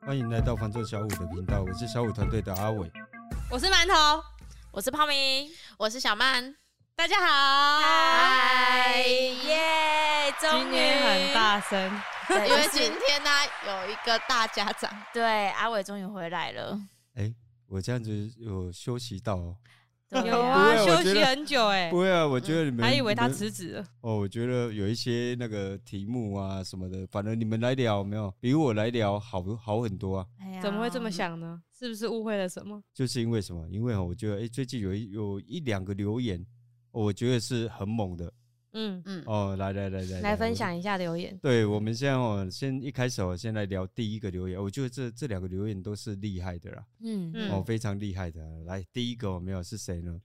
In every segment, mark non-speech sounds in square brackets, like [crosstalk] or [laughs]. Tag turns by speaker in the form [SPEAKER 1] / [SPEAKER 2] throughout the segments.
[SPEAKER 1] 欢迎来到房州小五的频道，我是小五团队的阿伟。
[SPEAKER 2] 我是馒头，
[SPEAKER 3] 我是泡米，我是小曼，
[SPEAKER 2] 大家好，
[SPEAKER 3] 耶！终
[SPEAKER 2] 今
[SPEAKER 3] 于
[SPEAKER 2] 天很，大声，
[SPEAKER 3] 对
[SPEAKER 4] 因
[SPEAKER 3] 就
[SPEAKER 4] 为
[SPEAKER 3] 是
[SPEAKER 4] 今天呢有一个大家长，
[SPEAKER 3] 对阿伟终于回来了，
[SPEAKER 1] 哎，我这样子有休息到、哦？
[SPEAKER 3] 对
[SPEAKER 1] 不
[SPEAKER 2] 有啊，
[SPEAKER 1] 会我
[SPEAKER 2] 休
[SPEAKER 1] 觉
[SPEAKER 2] 息
[SPEAKER 1] 得
[SPEAKER 2] 很久哎、
[SPEAKER 1] 不会啊，我觉得你们
[SPEAKER 2] 还以为他
[SPEAKER 1] 你们
[SPEAKER 2] 辞职了，
[SPEAKER 1] 哦，我觉得有一些那个题目啊什么的，反正你们来聊没有，比我来聊好好很多啊。
[SPEAKER 3] 哎呀
[SPEAKER 2] 怎么会这么？想呢？是不是误会了什么？
[SPEAKER 1] 就是因为什么？因为哦我觉得哎、最近有一有一两个留言，哦我觉得是很猛的
[SPEAKER 2] 嗯，
[SPEAKER 4] 嗯，
[SPEAKER 1] 哦。来来来来
[SPEAKER 2] 来分。
[SPEAKER 1] 我
[SPEAKER 2] 享一下留言，
[SPEAKER 1] 对，我们现在哦，先一开始哦，先来聊第一个留言。我觉得这这两个留言都是厉害的啦。
[SPEAKER 3] 嗯
[SPEAKER 2] 嗯
[SPEAKER 1] 哦，非常厉害的啊。来，第一个我没有是谁呢？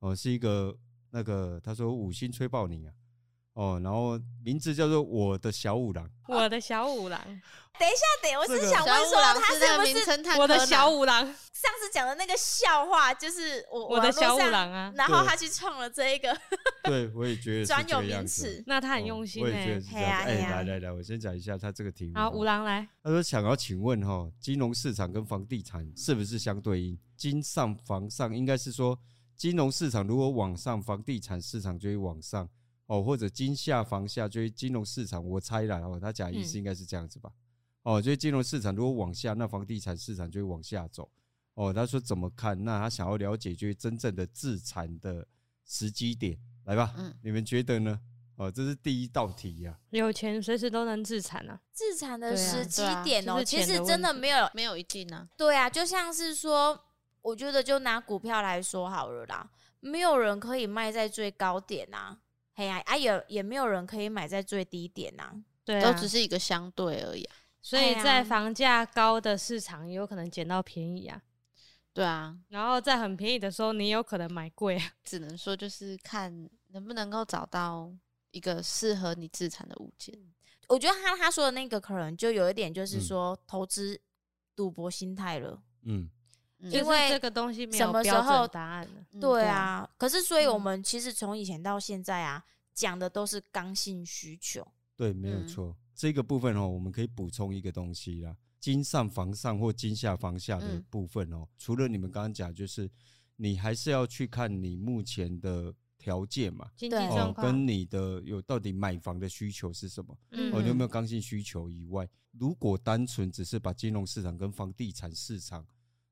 [SPEAKER 1] 哦，是一个那个他说五星吹爆你啊，哦，然后名字叫做我的小五郎，
[SPEAKER 2] 我的小五郎，
[SPEAKER 3] 等一下，等，我
[SPEAKER 1] 这个
[SPEAKER 3] 是想
[SPEAKER 4] 小
[SPEAKER 3] 问
[SPEAKER 4] 五
[SPEAKER 3] 说
[SPEAKER 4] 郎
[SPEAKER 3] 他
[SPEAKER 4] 那个名
[SPEAKER 3] 是不是
[SPEAKER 4] 侦探
[SPEAKER 2] 我的
[SPEAKER 4] 柯南
[SPEAKER 2] 小五郎，
[SPEAKER 3] 上次讲的那个笑话，就是我
[SPEAKER 2] 我的小五，
[SPEAKER 3] 网
[SPEAKER 2] 郎啊
[SPEAKER 3] 络上？然后
[SPEAKER 1] 对
[SPEAKER 3] 他去创了这一个，
[SPEAKER 1] 对我也觉得是
[SPEAKER 3] 专
[SPEAKER 1] 这个
[SPEAKER 3] 有
[SPEAKER 1] 样
[SPEAKER 3] 名
[SPEAKER 1] 子
[SPEAKER 3] 词
[SPEAKER 2] 那
[SPEAKER 1] 哦
[SPEAKER 2] 他很用心
[SPEAKER 1] 我也
[SPEAKER 2] 哎、
[SPEAKER 1] 觉得
[SPEAKER 2] 欸
[SPEAKER 1] 是。这
[SPEAKER 3] 嘿
[SPEAKER 1] 样
[SPEAKER 3] 呀
[SPEAKER 1] 子。哎、
[SPEAKER 3] 嘿呀
[SPEAKER 1] 来来来，我先讲一下他这个题目
[SPEAKER 2] 好，
[SPEAKER 1] 哦。
[SPEAKER 2] 五郎来，
[SPEAKER 1] 他说想要请问哈，金融市场跟房地产是不是相对应？金上房上应该是说，金融市场如果往上，房地产市场就会往上哦，或者金下房下就会金融市场。我猜啦，哦，他讲的意思应该是这样子吧？哦，就是金融市场如果往下，那房地产市场就会往下走。哦，他说怎么看？那他想要了解就是真正的自产的时机点，来吧，
[SPEAKER 4] 嗯
[SPEAKER 1] 你们觉得呢？哦，这是第一道题呀、
[SPEAKER 2] 有钱随时都能自产啊，
[SPEAKER 3] 自产的
[SPEAKER 2] 对啊
[SPEAKER 3] 时机
[SPEAKER 4] 对啊
[SPEAKER 3] 点哦、
[SPEAKER 2] 就是
[SPEAKER 3] 其
[SPEAKER 2] 钱的
[SPEAKER 3] 实
[SPEAKER 2] 问
[SPEAKER 3] 真的
[SPEAKER 2] 题
[SPEAKER 3] 没有
[SPEAKER 4] 没有一定啊，
[SPEAKER 3] 对啊，就像是说，我觉得就拿股票来说好了啦，没有人可以卖在最高点啊，嘿呀、啊，也也没有人可以买在最低点啊，
[SPEAKER 2] 对
[SPEAKER 4] 都
[SPEAKER 2] 啊，
[SPEAKER 4] 只是一个相对而已啊。
[SPEAKER 2] 所以
[SPEAKER 3] 哎呀
[SPEAKER 2] 在房价高的市场，有可能捡到便宜啊。
[SPEAKER 4] 对啊，
[SPEAKER 2] 然后在很便宜的时候，你有可能买贵、啊。
[SPEAKER 4] 只能说就是看能不能够找到一个适合你自产的物件。
[SPEAKER 3] 我觉得他他说的那个可能就有一点就是
[SPEAKER 1] 嗯
[SPEAKER 3] 说投资赌博心态了，
[SPEAKER 1] 嗯，
[SPEAKER 4] 嗯
[SPEAKER 2] 就是
[SPEAKER 3] 因为
[SPEAKER 2] 这个东西没
[SPEAKER 3] 什
[SPEAKER 2] 有
[SPEAKER 3] 么时
[SPEAKER 2] 标准
[SPEAKER 3] 候
[SPEAKER 2] 答案的。
[SPEAKER 4] 嗯
[SPEAKER 3] 对，啊，可是所以我
[SPEAKER 4] 嗯
[SPEAKER 3] 们其实从以前到现在啊，讲的都是刚性需求，
[SPEAKER 1] 对，没有
[SPEAKER 4] 嗯
[SPEAKER 1] 错。这个部分哦，我们可以补充一个东西啦，金上房上或金下房下的
[SPEAKER 4] 嗯
[SPEAKER 1] 部分哦，除了你们刚刚讲，就是你还是要去看你目前的条件嘛，
[SPEAKER 2] 经济
[SPEAKER 3] 对
[SPEAKER 2] 状
[SPEAKER 1] 哦，
[SPEAKER 2] 况，
[SPEAKER 1] 跟你的有到底买房的需求是什么，
[SPEAKER 2] 嗯
[SPEAKER 1] 哦，你有没有刚性需求以外，如果单纯只是把金融市场跟房地产市场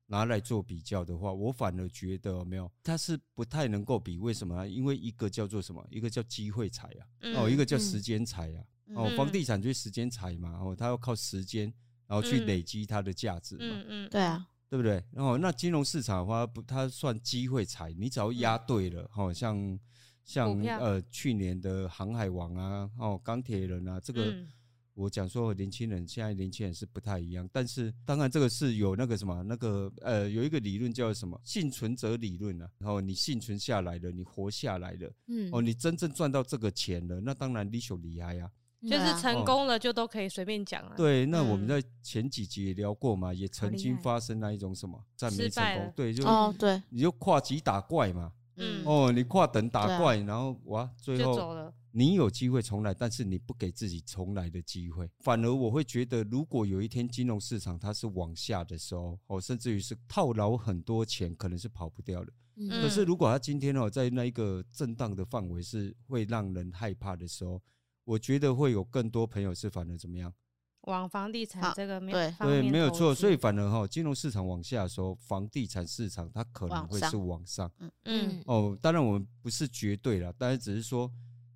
[SPEAKER 1] 拿来做比较的话，我反而觉得哦有没有，它是不太能够比，为什么啊？因为一个叫做什么，一个叫机会财啊，哦，一个叫时间财啊。哦，
[SPEAKER 2] 嗯
[SPEAKER 1] 房地产就是时间财嘛，哦，它要靠时间，然后去
[SPEAKER 2] 嗯
[SPEAKER 1] 累积它的价值嘛，
[SPEAKER 2] 嗯嗯，
[SPEAKER 4] 对啊，
[SPEAKER 1] 对不对？然、后那金融市场的话，不，它算机会财，你只要押对了，哦，像像
[SPEAKER 2] 嗯股票
[SPEAKER 1] 呃去年的航海王啊，哦，钢铁人啊，这个、
[SPEAKER 2] 嗯
[SPEAKER 1] 我讲说年轻人现在年轻人是不太一样，但是当然这个是有那个什么那个呃有一个理论叫什么幸存者理论啊，然、后你幸存下来了，你活下来了，
[SPEAKER 3] 嗯，
[SPEAKER 1] 哦，你真正赚到这个钱了，那当然你就厉害啊。
[SPEAKER 2] 嗯就
[SPEAKER 4] 对
[SPEAKER 2] 是
[SPEAKER 4] 啊
[SPEAKER 2] 成功了就都可以随便讲了。
[SPEAKER 1] 对，那我们
[SPEAKER 2] 嗯
[SPEAKER 1] 在前几集也聊过嘛，也曾
[SPEAKER 3] 厉
[SPEAKER 1] 经
[SPEAKER 3] 害
[SPEAKER 1] 发生那一种什么战没
[SPEAKER 2] 失
[SPEAKER 1] 成
[SPEAKER 2] 败
[SPEAKER 1] 功
[SPEAKER 2] 了，
[SPEAKER 1] 对，就
[SPEAKER 4] 哦对，
[SPEAKER 1] 你就跨级打怪嘛，
[SPEAKER 2] 嗯
[SPEAKER 1] 嗯哦，你跨等
[SPEAKER 4] 对
[SPEAKER 1] 打
[SPEAKER 4] 啊
[SPEAKER 1] 怪，然后哇，最
[SPEAKER 2] 就走
[SPEAKER 1] 后
[SPEAKER 2] 了。
[SPEAKER 1] 你有机会重来，但是你不给自己重来的机会，反而我会觉得，如果有一天金融市场它是往下的时候，哦，甚至于是套牢很多钱，可能是跑不掉的。
[SPEAKER 3] 嗯
[SPEAKER 2] 嗯
[SPEAKER 1] 可是如果他今天哦，在那一个震荡的范围是会让人害怕的时候，我觉得会有更多朋友是反而怎么样？
[SPEAKER 2] 往房地产
[SPEAKER 4] 好
[SPEAKER 2] 这个没
[SPEAKER 4] 对
[SPEAKER 2] 方
[SPEAKER 1] 对，
[SPEAKER 2] 面
[SPEAKER 1] 没有
[SPEAKER 2] 投
[SPEAKER 1] 错。
[SPEAKER 2] 资
[SPEAKER 1] 所以反而哈，金融市场往下的时候，房地产市场它可能
[SPEAKER 4] 往
[SPEAKER 1] 会
[SPEAKER 4] 上
[SPEAKER 1] 是往上。
[SPEAKER 2] 嗯，
[SPEAKER 1] 哦，当然我们不是绝对啦，当然只是说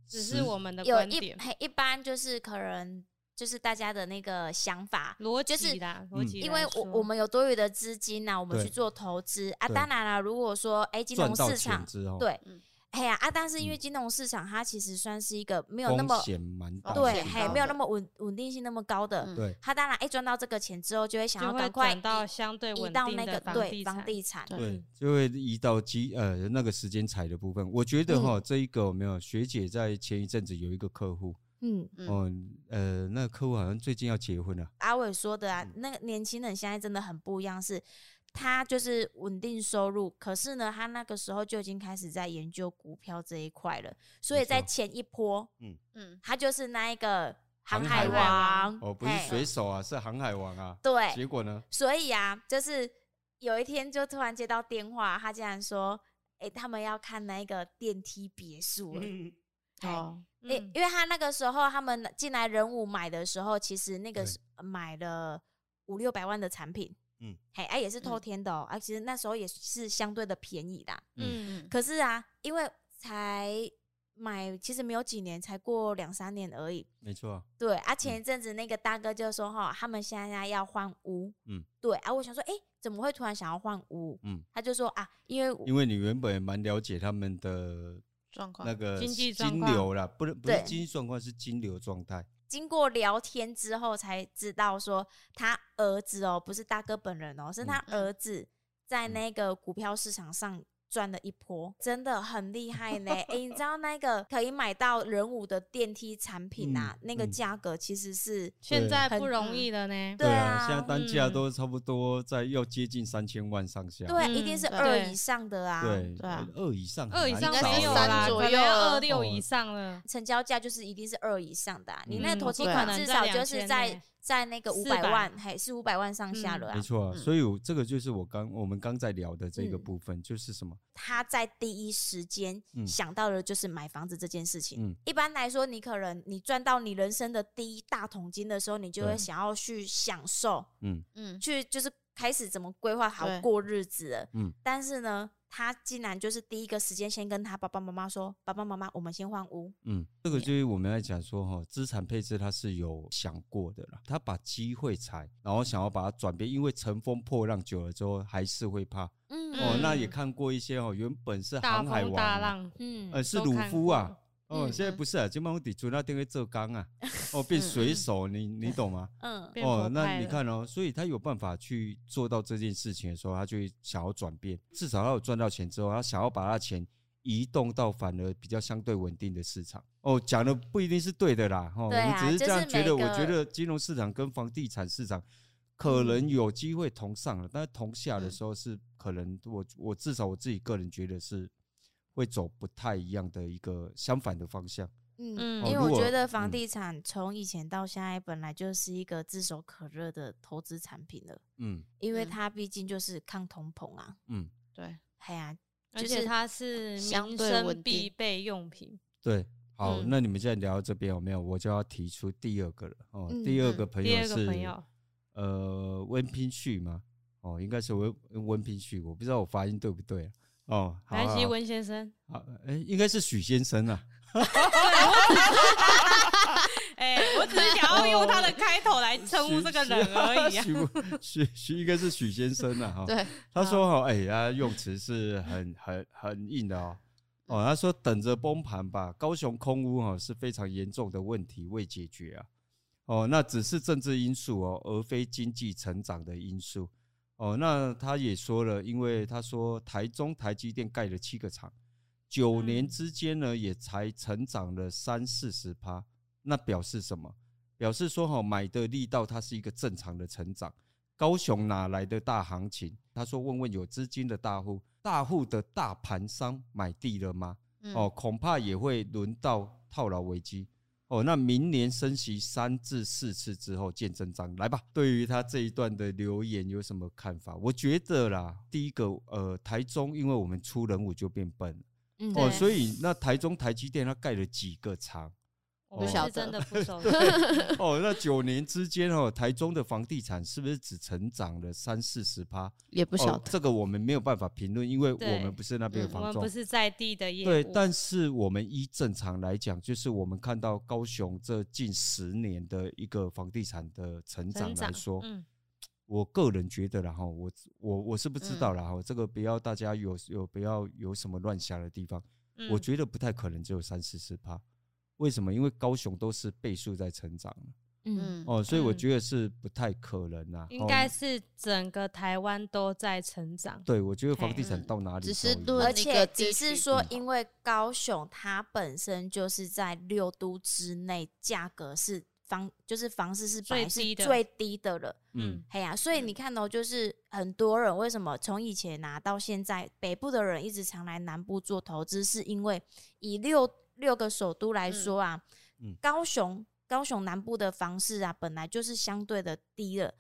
[SPEAKER 1] 时，
[SPEAKER 2] 只是我们的
[SPEAKER 3] 有
[SPEAKER 2] 观
[SPEAKER 3] 一
[SPEAKER 2] 点
[SPEAKER 3] 嘿一般就是可能就是大家的那个想法，
[SPEAKER 2] 逻
[SPEAKER 3] 就是
[SPEAKER 2] 辑啦，
[SPEAKER 1] 嗯
[SPEAKER 2] 逻辑来
[SPEAKER 3] 因为我
[SPEAKER 2] 说
[SPEAKER 3] 我们有多余的资金呐、我们
[SPEAKER 1] 对
[SPEAKER 3] 去做投资啊。
[SPEAKER 1] 对
[SPEAKER 3] 当然了，如果说哎、金
[SPEAKER 1] 赚
[SPEAKER 3] 融
[SPEAKER 1] 到
[SPEAKER 3] 市
[SPEAKER 1] 钱
[SPEAKER 3] 场
[SPEAKER 1] 之后，
[SPEAKER 3] 对
[SPEAKER 4] 嗯
[SPEAKER 3] 哎呀啊，但是因为
[SPEAKER 1] 嗯
[SPEAKER 3] 金融市场它其实算是一个没有那么
[SPEAKER 1] 风险蛮大的。
[SPEAKER 3] 对，
[SPEAKER 4] 险
[SPEAKER 3] 嘿
[SPEAKER 4] 高
[SPEAKER 3] 没有
[SPEAKER 4] 的
[SPEAKER 3] 那么稳稳定性那么高的，
[SPEAKER 4] 嗯
[SPEAKER 1] 对
[SPEAKER 3] 它当然哎赚、到这个钱之后就会想
[SPEAKER 2] 就
[SPEAKER 3] 要
[SPEAKER 2] 会
[SPEAKER 3] 赶快
[SPEAKER 2] 转到
[SPEAKER 3] 移
[SPEAKER 2] 相对
[SPEAKER 3] 移
[SPEAKER 2] 稳
[SPEAKER 3] 到
[SPEAKER 2] 定
[SPEAKER 3] 那个
[SPEAKER 2] 的房
[SPEAKER 3] 对
[SPEAKER 2] 地
[SPEAKER 3] 房
[SPEAKER 2] 产。
[SPEAKER 3] 地产，
[SPEAKER 4] 对
[SPEAKER 1] 对
[SPEAKER 2] 嗯，
[SPEAKER 1] 就会移到基呃那个时间财的部分。我觉
[SPEAKER 3] 嗯
[SPEAKER 1] 得哈，这一个有没有学姐在前一阵子有一个客户，
[SPEAKER 3] 嗯，
[SPEAKER 4] 嗯
[SPEAKER 1] 嗯呃，那个客户好像最近要结婚了。
[SPEAKER 3] 阿伟说
[SPEAKER 1] 嗯
[SPEAKER 3] 的啊，那个年轻人现在真的很不一样，是他就是稳定收入，可是呢，他那个时候就已经开始在研究股票这一块了，所
[SPEAKER 1] 没
[SPEAKER 3] 以在
[SPEAKER 1] 错
[SPEAKER 3] 前一波，
[SPEAKER 4] 嗯
[SPEAKER 3] 他就是那一个航
[SPEAKER 1] 航
[SPEAKER 3] 海
[SPEAKER 1] 海
[SPEAKER 3] 王
[SPEAKER 1] 哦，不是
[SPEAKER 3] 嘿
[SPEAKER 1] 水手啊，是航海王啊。
[SPEAKER 3] 对，
[SPEAKER 1] 结果呢？
[SPEAKER 3] 所以啊，就是有一天就突然接到电话，他竟然说：“哎、他们要看那个电梯别墅了。
[SPEAKER 1] 嗯
[SPEAKER 3] 哎
[SPEAKER 4] 哦，
[SPEAKER 3] 因因为他那个时候他们进来人武买的时候，其实那个
[SPEAKER 1] 对
[SPEAKER 3] 是呃买了五六百万的产品，
[SPEAKER 1] 嗯
[SPEAKER 3] 嗯，哎、啊也是偷
[SPEAKER 4] 嗯
[SPEAKER 3] 天的哦、啊，其实那时候也是相对的便宜啦。
[SPEAKER 4] 嗯，
[SPEAKER 3] 可是啊，因为才买，其实没有几年，才过两三年而已。
[SPEAKER 1] 没错啊，
[SPEAKER 3] 对啊，前一阵子那个大哥就说哈，他们现在要换屋，
[SPEAKER 1] 嗯
[SPEAKER 3] 嗯，对啊，我想说，哎、怎么会突然想要换屋？
[SPEAKER 1] 嗯
[SPEAKER 3] 嗯，他就说啊，因为我
[SPEAKER 1] 因为你原本也蛮了解他们的
[SPEAKER 4] 状况
[SPEAKER 1] 那个
[SPEAKER 2] 哦经济状
[SPEAKER 1] 金
[SPEAKER 2] 况
[SPEAKER 1] 流啦，不是不是
[SPEAKER 3] 对
[SPEAKER 1] 经济状况，是金流状态。
[SPEAKER 3] 经过聊天之后才知道说，他儿子哦，不是大哥本人哦，是他
[SPEAKER 4] 嗯
[SPEAKER 3] 儿子
[SPEAKER 1] 嗯
[SPEAKER 3] 在那个股票市场上。赚了一波，真的很厉害呢！哎、你知道那个可以买到人武的电梯产品啊，
[SPEAKER 1] 嗯
[SPEAKER 3] 那个
[SPEAKER 1] 嗯
[SPEAKER 3] 价格其实是
[SPEAKER 2] 现
[SPEAKER 1] 对
[SPEAKER 2] 在
[SPEAKER 3] 很
[SPEAKER 2] 不容易了呢。
[SPEAKER 3] 对
[SPEAKER 1] 啊，
[SPEAKER 3] 啊
[SPEAKER 1] 现在单价
[SPEAKER 2] 嗯
[SPEAKER 1] 都差不多在要接近三千万上下。
[SPEAKER 3] 对，一定
[SPEAKER 2] 嗯
[SPEAKER 3] 是
[SPEAKER 4] 对
[SPEAKER 3] 二以上的啊。
[SPEAKER 1] 对
[SPEAKER 4] 对啊
[SPEAKER 1] 二以上很
[SPEAKER 2] 二以
[SPEAKER 1] 难
[SPEAKER 2] 上
[SPEAKER 1] 找
[SPEAKER 4] 应该
[SPEAKER 2] 没
[SPEAKER 4] 是
[SPEAKER 2] 有
[SPEAKER 1] 啊
[SPEAKER 2] 啦，
[SPEAKER 4] 三左
[SPEAKER 2] 可
[SPEAKER 4] 右
[SPEAKER 2] 能
[SPEAKER 4] 啊
[SPEAKER 2] 二六
[SPEAKER 1] 哦
[SPEAKER 2] 以上了。
[SPEAKER 3] 成交价就是一定是二以上的、啊，你
[SPEAKER 1] 嗯
[SPEAKER 3] 那个投
[SPEAKER 4] 嗯
[SPEAKER 3] 期
[SPEAKER 4] 对啊
[SPEAKER 3] 款至少就是
[SPEAKER 2] 不可能在
[SPEAKER 3] 在
[SPEAKER 2] 2000
[SPEAKER 3] 在那个五百万，还是五百万上下了、啊
[SPEAKER 1] 没。错、啊，
[SPEAKER 4] 嗯
[SPEAKER 1] 所以我这个就是我刚我们刚在聊的这个
[SPEAKER 3] 嗯
[SPEAKER 1] 部分，就是什么？
[SPEAKER 3] 他在第一时间
[SPEAKER 1] 嗯
[SPEAKER 3] 想到的就是买房子这件事情。
[SPEAKER 1] 嗯
[SPEAKER 3] 一般来说，你可能你赚到你人生的第一大桶金的时候，你就会
[SPEAKER 1] 对
[SPEAKER 3] 想要去享受，
[SPEAKER 1] 嗯，
[SPEAKER 4] 嗯，
[SPEAKER 3] 去就是开始怎么规划好
[SPEAKER 4] 对
[SPEAKER 3] 过日子了。
[SPEAKER 1] 嗯
[SPEAKER 3] 但是呢，他竟然就是第一个时间先跟他爸爸妈妈说：“爸爸妈妈，我们先换屋。
[SPEAKER 1] 嗯，这个就是我们在讲说哈，资产配置他是有想过的啦，他把机会踩，然后想要把它转变，因为乘风破浪久了之后还是会怕。
[SPEAKER 3] 嗯”
[SPEAKER 1] 哦，
[SPEAKER 2] 嗯
[SPEAKER 1] 那也看过一些哦，原本是
[SPEAKER 2] 大
[SPEAKER 1] 航海
[SPEAKER 2] 风
[SPEAKER 1] 王
[SPEAKER 2] 大
[SPEAKER 1] 嘛，
[SPEAKER 2] 浪，
[SPEAKER 3] 嗯
[SPEAKER 1] 呃，是
[SPEAKER 2] 都
[SPEAKER 1] 鲁
[SPEAKER 2] 看
[SPEAKER 1] 夫啊
[SPEAKER 2] 过。
[SPEAKER 1] 哦，
[SPEAKER 3] 嗯
[SPEAKER 1] 现在不是啊，金毛底主那定位浙江啊，哦，
[SPEAKER 2] [laughs] 嗯
[SPEAKER 1] 变水手，你你懂吗？
[SPEAKER 3] 嗯
[SPEAKER 2] 变
[SPEAKER 1] 哦
[SPEAKER 2] 佛，
[SPEAKER 1] 那
[SPEAKER 2] 派
[SPEAKER 1] 你
[SPEAKER 2] 了
[SPEAKER 1] 看哦，所以他有办法去做到这件事情的时候，他就会想要转变，至少他有赚到钱之后，他想要把他的钱移动到反而比较相对稳定的市场。哦，讲的不一定是对的啦，哦，
[SPEAKER 3] 对啊
[SPEAKER 1] 我们只这样觉得。
[SPEAKER 3] 就是
[SPEAKER 1] 我
[SPEAKER 3] 每个嗯
[SPEAKER 1] 觉得金融市场跟房地产市场可能有机会同上了，但是同下的时候是可能我我至少我自己个人觉得是会走不太一样的一个相反的方向。
[SPEAKER 3] 嗯，
[SPEAKER 2] 嗯
[SPEAKER 3] 因为
[SPEAKER 1] 哦如
[SPEAKER 3] 我
[SPEAKER 1] 果
[SPEAKER 3] 觉得房
[SPEAKER 1] 嗯
[SPEAKER 3] 地产从以前到现在本来就是一个炙手可热的投资产品了，
[SPEAKER 1] 嗯
[SPEAKER 3] 因为
[SPEAKER 4] 嗯
[SPEAKER 3] 它毕竟就是抗通膨啊，
[SPEAKER 1] 嗯，
[SPEAKER 4] 对，
[SPEAKER 3] 哎呀、
[SPEAKER 2] 而
[SPEAKER 3] 就
[SPEAKER 2] 且
[SPEAKER 3] 是
[SPEAKER 2] 它是
[SPEAKER 4] 相
[SPEAKER 2] 民
[SPEAKER 4] 对
[SPEAKER 2] 生
[SPEAKER 4] 稳
[SPEAKER 2] 必
[SPEAKER 4] 定
[SPEAKER 2] 备用品。
[SPEAKER 1] 对，好，
[SPEAKER 4] 嗯
[SPEAKER 1] 那你们现在聊到这边有没有？我就要提出第二个了哦。
[SPEAKER 3] 嗯
[SPEAKER 1] 第二
[SPEAKER 4] 嗯
[SPEAKER 1] 个朋
[SPEAKER 2] 第
[SPEAKER 1] 友
[SPEAKER 2] 二个
[SPEAKER 1] 是
[SPEAKER 2] 朋友，
[SPEAKER 1] 呃温拼旭吗？哦，应该是温温拼旭，我不知道我发音对不对啊哦，好
[SPEAKER 2] 南
[SPEAKER 1] 好
[SPEAKER 2] 希
[SPEAKER 1] 好
[SPEAKER 2] 文先生，
[SPEAKER 1] 好，哎、应该是许先生啊。
[SPEAKER 2] 哎，我只是
[SPEAKER 1] 哦
[SPEAKER 2] 想要用他的开头来称呼这个人而
[SPEAKER 1] [laughs]
[SPEAKER 2] 已啊。
[SPEAKER 1] 许许许许应该是许先生
[SPEAKER 2] [laughs]
[SPEAKER 1] 啊。哈、
[SPEAKER 4] 对，
[SPEAKER 1] 他说哈，哎、他用词是很很很硬的哦。哦，他说等着崩盘吧，高雄空屋哈、是非常严重的问题未解决啊。哦，那只是政治因素哦，而非经济成长的因素。哦，那他也说了，因为他说台中台积电盖了七个厂，九年
[SPEAKER 2] 嗯
[SPEAKER 1] 之间呢也才成长了三四十趴，那表示什么？表示说哈、买的力道它是一个正常的成长。高雄哪来的大行情？他说问问有资金的大户，大户的大盘商买地了吗？
[SPEAKER 4] 嗯
[SPEAKER 1] 哦，，恐怕也会轮到套牢危机。哦，那明年升息三至四次之后见真章，来吧。对于他这一段的留言有什么看法？我觉得啦，第一个，呃，台中因为我们出人我就变笨
[SPEAKER 3] 嗯，
[SPEAKER 1] 哦，
[SPEAKER 4] 对
[SPEAKER 1] 所以那台中台积电它盖了几个厂？
[SPEAKER 2] 我们
[SPEAKER 1] 不晓
[SPEAKER 2] 是
[SPEAKER 4] 得
[SPEAKER 2] 真的不熟悉，
[SPEAKER 1] 哦，那九年之间哦，台中的房地产是不是只成长了三四十趴？
[SPEAKER 4] 也不晓
[SPEAKER 1] 哦，
[SPEAKER 4] 得，
[SPEAKER 1] 这个我们没有办法评论，因为我
[SPEAKER 2] 对
[SPEAKER 1] 们不是那边
[SPEAKER 2] [laughs]
[SPEAKER 1] 的
[SPEAKER 4] 嗯
[SPEAKER 2] 我
[SPEAKER 1] 房
[SPEAKER 2] 们
[SPEAKER 1] 仲
[SPEAKER 2] 不。是在地的业务。
[SPEAKER 1] 对，但是我们依正常来讲，就是我们看到高雄这近十年的一个房地产的成长
[SPEAKER 2] 成
[SPEAKER 1] 来
[SPEAKER 2] 长
[SPEAKER 1] 说，
[SPEAKER 2] 嗯，
[SPEAKER 1] 我个人觉得啦哈，我我我是不知
[SPEAKER 4] 嗯
[SPEAKER 1] 道啦哈，这个不要大家有有不要有什么乱想的地方，我
[SPEAKER 2] 嗯
[SPEAKER 1] 觉得不太可能只有三四十趴。为什么？因为高雄都是倍数在成长
[SPEAKER 3] 嗯，
[SPEAKER 4] 嗯，
[SPEAKER 1] 哦，所以我
[SPEAKER 2] 嗯
[SPEAKER 1] 觉得是不太可能啦。
[SPEAKER 2] 应该
[SPEAKER 1] 哦
[SPEAKER 2] 是整个台湾都在成长。
[SPEAKER 1] 对，我觉得房
[SPEAKER 2] 嘿
[SPEAKER 1] 地产
[SPEAKER 4] 嗯
[SPEAKER 1] 到哪里
[SPEAKER 4] 只是
[SPEAKER 1] 都一
[SPEAKER 4] 论
[SPEAKER 1] 样
[SPEAKER 3] 而
[SPEAKER 4] 那
[SPEAKER 3] 且
[SPEAKER 4] 个
[SPEAKER 3] 只
[SPEAKER 4] 地
[SPEAKER 3] 是
[SPEAKER 4] 区
[SPEAKER 3] 说
[SPEAKER 1] 嗯，
[SPEAKER 3] 因为高雄它本身就是在六都之内，价格是房就是房市是本来是
[SPEAKER 2] 最低的
[SPEAKER 3] 最低的了。
[SPEAKER 1] 嗯
[SPEAKER 3] 哎呀、所以你看哦，就是很多人为什么从以前拿、到现在，北部的人一直常来南部做投资，是因为以六六个首都来说啊，
[SPEAKER 1] 嗯
[SPEAKER 3] 高雄高雄南部的房市啊，本来就是相对的低了，